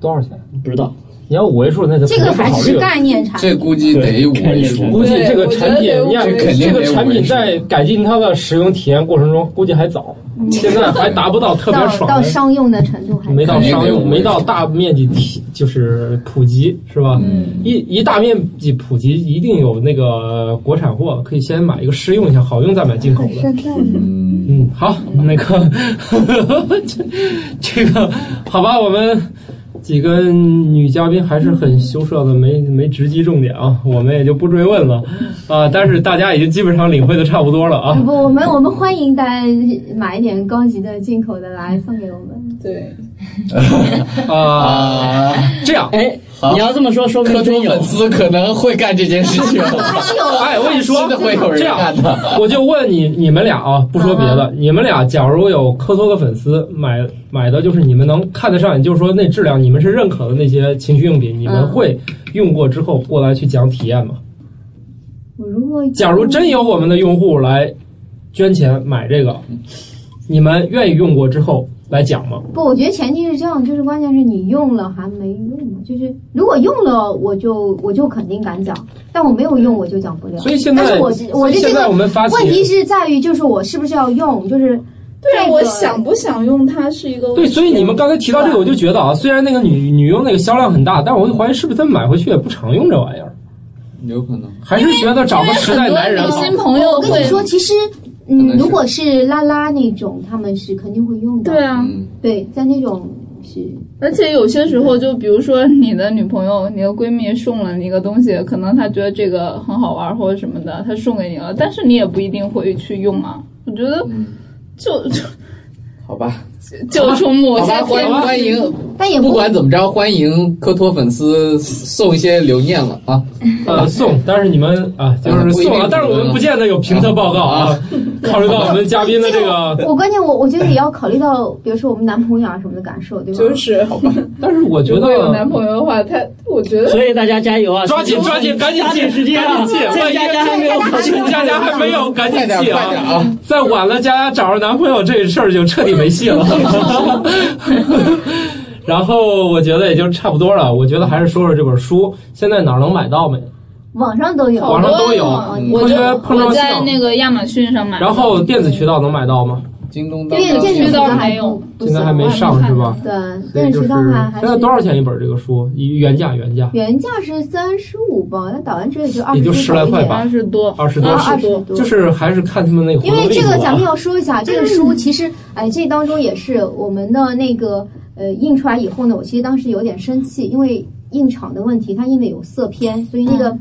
A: 多少钱？
D: 不知道。
A: 你要五位数，那就
H: 这
A: 肯
H: 个
A: 定不
H: 还
A: 考虑
H: 是
A: 了
H: 概念产
B: 这
H: 品，
B: 估计得五位数
D: 这。
A: 估计这个产品
C: 对我觉得
A: 面
C: 得五
B: 数
C: 位
A: 这个产品在改进它的使用体验过程中，估计还早，现在还达不到特别
H: 到
A: 爽
H: 到
A: 的，
H: 商用的程度还
A: 没 到
B: 肯定
A: 商
B: 得五位
A: 用，
B: 数
A: 没到大面积体就是普及，是吧？
B: 嗯，
A: 一一大面积普及，一定有那个国产货，可以先买一个试用一下，好用再买进口的。
B: 嗯，
A: 嗯，好，那个 这这个好吧，我们几个女嘉宾还是很羞涩的，没没直击重点啊，我们也就不追问了啊。但是大家已经基本上领会的差不多了啊。
H: 不，我们我们欢迎大家买一点高级的进口的来送给我们。
C: 对，
A: 啊，
B: 啊，
A: 这样，
D: 哎，
B: 好
D: 你要这么说，说不
B: 科
D: 定真
B: 多
D: 有
B: 粉。丝可能会干这件事情，
A: 哎，我跟你说
B: 真的，会有人
A: 这样
B: 干的。
A: 我就问你，你们俩啊，不说别的，
H: 嗯
A: 你们俩假如有科托的粉丝买买的，就是你们能看得上，也就是说那质量你们是认可的那些情趣用品，你们
H: 嗯
A: 会用过之后过来去讲体验吗？
H: 我如果
A: 假如真有我们的用户来捐钱买这个，你们愿意用过之后来讲吗？
H: 不，我觉得前提是这样，就是关键是你用了还没用嘛。就是如果用了，我就我就肯定敢讲，但我没有用，我就讲不了。
A: 所以现在，
H: 但是我
A: 所
H: 我
A: 以
H: 的
A: 现
H: 这
A: 在
H: 个
A: 我们发
H: 问题
A: 起，
H: 是在于，就是我是不是要用，就是
C: 对啊，
H: 这个
C: 我想不想用它是一个问
A: 对，
C: 题
A: 所以你们刚才提到这
H: 嗯
A: 个，我就觉得啊，虽然那个女女佣那个销量很大，但我就怀疑是不是他们买回去也不常用这玩意儿，
B: 有可能，
A: 还是觉得找个实在男人
C: 很
A: 好
C: 多。女性朋友
H: 我跟
C: 会
H: 你说，其实，
B: 可
H: 嗯
B: 能，是
H: 如果是拉拉那种，他们是肯定会用的。
C: 对啊，
B: 嗯，
H: 对在那种是
C: 而且有些时候，就比如说你的女朋友、你的闺蜜送了你一个东西，可能她觉得这个很好玩或者什么的，她送给你了，但是你也不一定会去用啊。我觉得
A: 嗯
C: 就就
B: 好吧，
C: 就从某
B: 好
C: 些
B: 吧，欢
C: 天
B: 欢迎，
H: 但也
B: 不
H: 不
B: 管怎么着，欢迎科托粉丝送一些留念了啊！
A: 呃，送，但是你们啊，就是送了，但是我们不见得有评测报告啊。考虑到我们嘉宾的这个，
H: 我关键我我觉得也要考虑到，比如说我们男朋友啊什么的感受，对吧？
C: 就是
A: 但是我觉
C: 如
A: 得
C: 果有男朋友的话，她我觉得
D: 所以大家加油啊！
A: 抓紧抓紧，赶紧
D: 抓
A: 进
D: 紧时间啊！
A: 赶紧进，
D: 这
A: 万一
D: 家家还没有考虑
A: 这佳佳还没有，赶紧
B: 快点，
A: 进
B: 快点
A: 啊！
B: 啊！
A: 再晚了，佳佳找着男朋友这事儿就彻底没戏 了。然后我觉得也就差不多了。我觉得还是说说这本书现在哪儿能买到没？
H: 网上都有，
A: 网上都有
H: 哦
B: 嗯
C: 我
A: 科
C: 就
A: 学碰
C: 我
A: 撞
C: 在
A: 性。
C: 那个亚马逊上买的，
A: 然后电子渠道能买到吗？
B: 京东当
H: 电
B: 当
H: 电子渠道
C: 还
H: 还
C: 有
H: 不不
A: 现在还
H: 行，
A: 没上是吧？
H: 对，
A: 所以
H: 电
A: 就是
H: 子渠道还还
A: 现在
H: 是
A: 多少钱一本这个书？以原价原价
H: 原价是三十五吧，那打完折也就二
A: 也
H: 十，
A: 就10来块吧
C: 二十多，
A: 二十多
H: 啊，
C: 20
H: 二十
C: 多
H: 多，
A: 就是还是看他们那个活
H: 因
A: 动
H: 为
A: 力
H: 这
A: 度啊
H: 个
A: 了
H: 咱们要说一下，这个书其实，哎，这当中也是我们的那个呃印出来以后呢，我其实当时有点生气，因为印厂的问题，它印的有色偏，所以那个。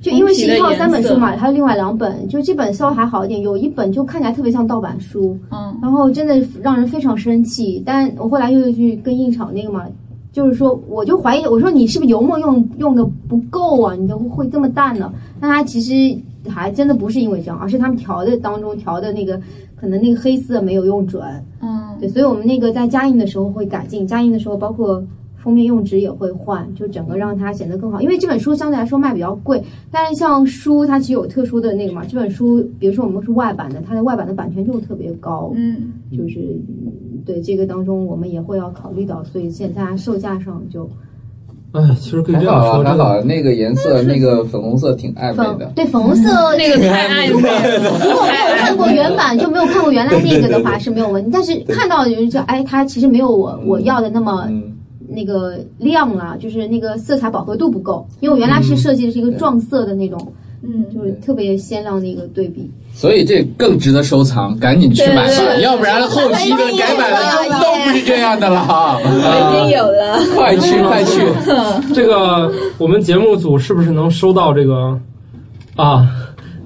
H: 就因为是一套三本书嘛，还有另外两本，就这本稍微还好一点，有一本就看起来特别像盗版书，
C: 嗯，
H: 然后真的让人非常生气。但我后来又去跟印厂那个嘛，就是说我就怀疑，我说你是不是油墨用用的不够啊？你怎么会这么淡呢？但他其实还真的不是因为这样，而是他们调的当中调的那个可能那个黑色没有用准。
C: 嗯，
H: 对，所以我们那个在加印的时候会改进，加印的时候包括封面用纸也会换，就整个让它显得更好。因为这本书相对来说卖比较贵，但是像书它其实有特殊的那个嘛，这本书比如说我们是外版的，它的外版的版权就特别高，
C: 嗯，
H: 就是嗯对这个当中我们也会要考虑到，所以现在售价上就
A: 哎，其实可以
B: 还
A: 这
B: 好
A: 样
B: 啊，
A: 说，
B: 还
A: 真的
B: 好，那个颜色，那个粉红色挺暧昧
H: 粉
B: 的。
H: 对粉红色
C: 那个太 暧昧了，
H: 如果没有看过原版，就没有看过原来那个的话是没有问题，但是看到就是说哎，它其实没有我我要的那么
B: 嗯，
H: 那个亮啦，就是那个色彩饱和度不够，因为我原来是设计的是一个撞色的那种，
C: 嗯，
H: 就是特别鲜亮的一个对比。
B: 所以这更值得收藏，赶紧去买
C: 对对
B: 吧，
C: 对
B: 要不然后期的改版的都不是这样的了啊！
C: 我已经有了，
B: 快去快去！
A: 这个我们节目组是不是能收到这个啊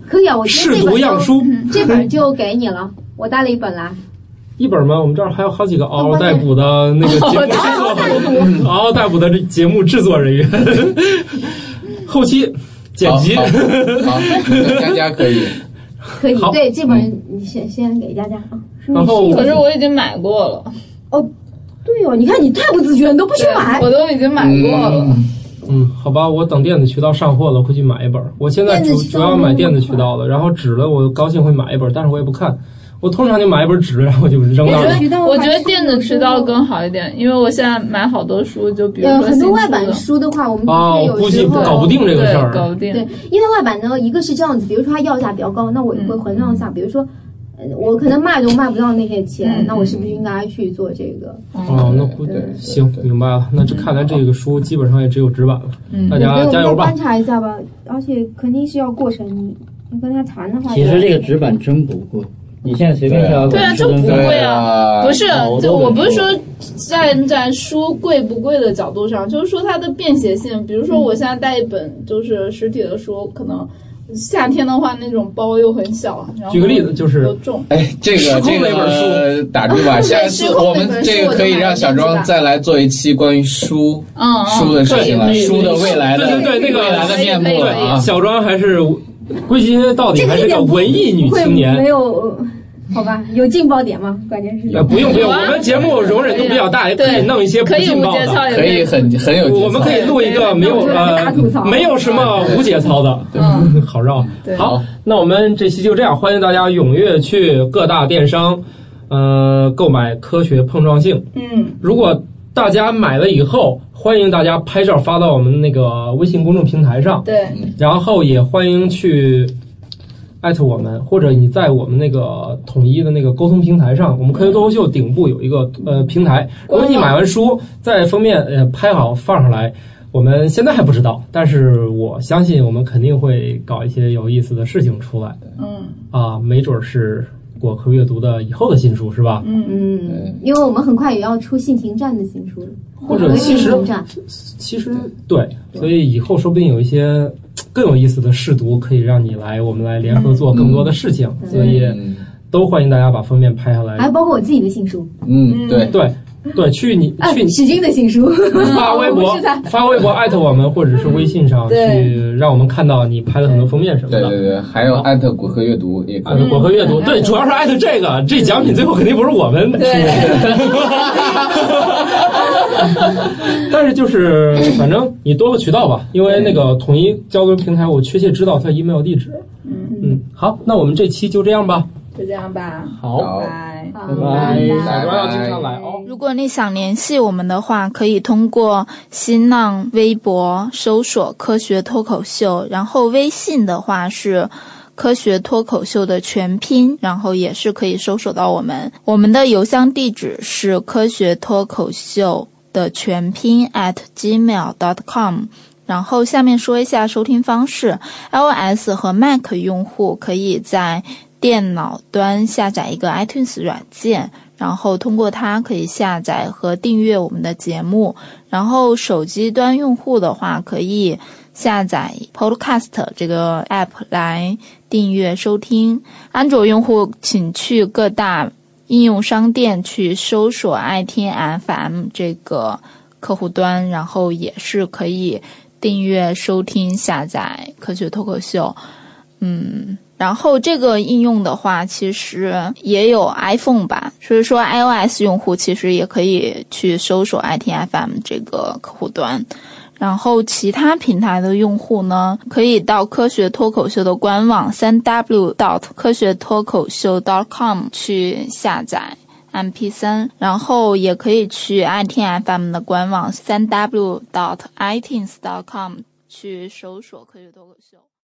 H: 可以啊，我觉得
A: 试
H: 这本
A: 读样
H: 就
A: 书
H: 这本就给你了，我带了一本来。
A: 一本吗？我们这儿还有好几个
H: 哦
A: 嗷嗷待哺的那 个节目制作， 嗷嗷待哺的这节目制作人员， 后期剪辑
B: 好，好好大家可以。
H: 可以
A: 好，
H: 对这本你先先给佳佳啊。
A: 然后
C: 可是我已经买过了。
H: 对哦，你看你太不自觉，你都不去买。
C: 我都已经买过了。
A: 嗯，好吧，我等电子渠道上货了，会去买一本儿。我现在
H: 电
A: 主
H: 子渠
A: 主
H: 道
A: 要买
H: 那么
A: 电子渠道的，然后纸的我高兴会买一本儿，但是我也不看。我通常就买一本儿纸，然后我就扔
H: 我
A: 那
H: 觉
A: 儿了。
H: 得
C: 啊我觉得电子渠道更好一点，因为我现在买好多书，就比如
H: 呃
C: 说
H: 很
C: 新
H: 多
C: 出
H: 外版
C: 的
H: 书的话，我们
A: 啊，
H: 的
A: 我估
H: 确
A: 计
H: 有时候
A: 搞不定这个事
C: 对，搞
A: 儿。
C: 不定。
H: 对，因为外版呢，一个是这样子，比如说它要价比较高，那我也
A: 嗯
H: 会衡量一下，比如说。呃我可能卖都卖不到那些钱，
C: 嗯
H: 那我是不是应该去做这个？
A: 哦，那估计
B: 嗯对对对
A: 行，明白了。那这看来这个书基本上也只有纸版了，
C: 嗯
A: 大家加油吧！
H: 察一下吧，而且肯定是要过程，你跟他谈的话
D: 其实这个纸板真不贵，你现在随便挑一
C: 对啊
D: 本十
C: 这
D: 分
C: 不
D: 钟
C: 贵啊
B: 啊
C: 不是
D: 好，
C: 就
D: 多
C: 我
D: 本
C: 不是
D: 书
C: 说站在书贵不贵的角度上，就是说它的便携性。比如说，我现在带一本就是实体的书，可能夏天的话那种包又很小，然后
A: 举个例子，就是
C: 又重。
B: 哎，这
A: 时
B: 个
A: 空
B: 这
A: 那本
B: 个打住吧，下一次
H: 时空
B: 我
H: 那本
B: 们
H: 书
B: 这个可以让小庄再来做一期关于书
C: 嗯，
B: 书的事情了，
A: 对
B: 书的未来的
A: 对对对那个
B: 未来的面目了啊！
A: 小庄还是归根到底还是个文艺女青年。
H: 有，呃好吧？有劲爆点吗？关键是
A: 呃，不用不用，
C: 有啊
A: 我们节目容忍度比较大，也可以
C: 对
A: 弄一些不
C: 可以
A: 劲
C: 无
A: 爆
C: 节操
A: 的。
C: 也
B: 可以很很有节
A: 我们
B: 操
A: 可以录一个没有
H: 对大吐槽
A: 呃没有什么无节操的，
B: 对
C: 嗯
A: 好绕。
C: 对
A: 好，那我们这期就这样，欢迎大家踊跃去各大电商，呃，购买《科学碰撞性》。
C: 嗯，
A: 如果大家买了以后，欢迎大家拍照发到我们那个微信公众平台上，
C: 对，
A: 然后也欢迎去艾特我们，或者你在我们那个统一的那个沟通平台上，我们科学脱口秀顶部有一个呃平台，如果你买完书在封面呃拍好放上来。我们现在还不知道，但是我相信我们肯定会搞一些有意思的事情出来
C: 嗯，
A: 啊，没准儿是果壳阅读的以后的新书是吧？
C: 嗯，
H: 嗯，因为我们很快也要出《性情战》的新书了，
A: 或者
H: 我们
A: 其实
H: 性情战
A: 其实嗯对，所以以后说不定有一些更有意思的试读，可以让你来我们来联合做更多的事情，
H: 嗯
A: 所以都欢迎大家把封面拍下
H: 还
A: 来。
H: 有包括我自己的新书，
B: 嗯，对，
A: 对对，去你
H: 哎
A: 去，你
H: 史军的新书，
A: 发微
H: 我
A: 博
H: 们是在，
A: 发微博艾特我们，或者是微信上
H: 对
A: 去让我们看到你拍的很多封面什么
B: 对
A: 的。
B: 对对，还有艾特果壳阅读也
A: 啊
B: 可以，，
A: 果壳阅读，对，主要是艾特这个，这奖品最后肯定不是我们出的，但是就是反正你多个渠道吧，因为那个统一交流平台，我确切知道它 email 地址。
C: 嗯
A: 嗯，好，那我们这期就这样吧。
C: 就这样吧，
A: 好，
B: 好，
C: 拜。
H: 好
D: 拜拜
H: 拜
A: 大
H: 拜
A: 家要经常来哦。
G: 如果你想联系我们的话，可以通过新浪微博搜索“科学脱口秀”，然后微信的话是“科学脱口秀”的全拼，然后也是可以搜索到我们。我们的邮箱地址是“科学脱口秀”的全拼 at gmail.com。然后下面说一下收听方式，iOS 和 Mac 用户可以在电脑端下载一个 iTunes 软件，然后通过它可以下载和订阅我们的节目。然后手机端用户的话，可以下载 Podcast 这个呃 app 来订阅收听。安卓用户请去各大应用商店去搜索爱听 FM 这个客户端，然后也是可以订阅收听下载科学脱口秀。嗯，然后这个应用的话，其实也有 iPhone 吧，所以说 iOS 用户其实也可以去搜索 ITFM 这个客户端。然后其他平台的用户呢，可以到科学脱口秀的官网三 w dot 科学脱口秀 dot com 去下载 MP 3然后也可以去 ITFM 的官网三 w dot itunes dot com 去搜索科学脱口秀。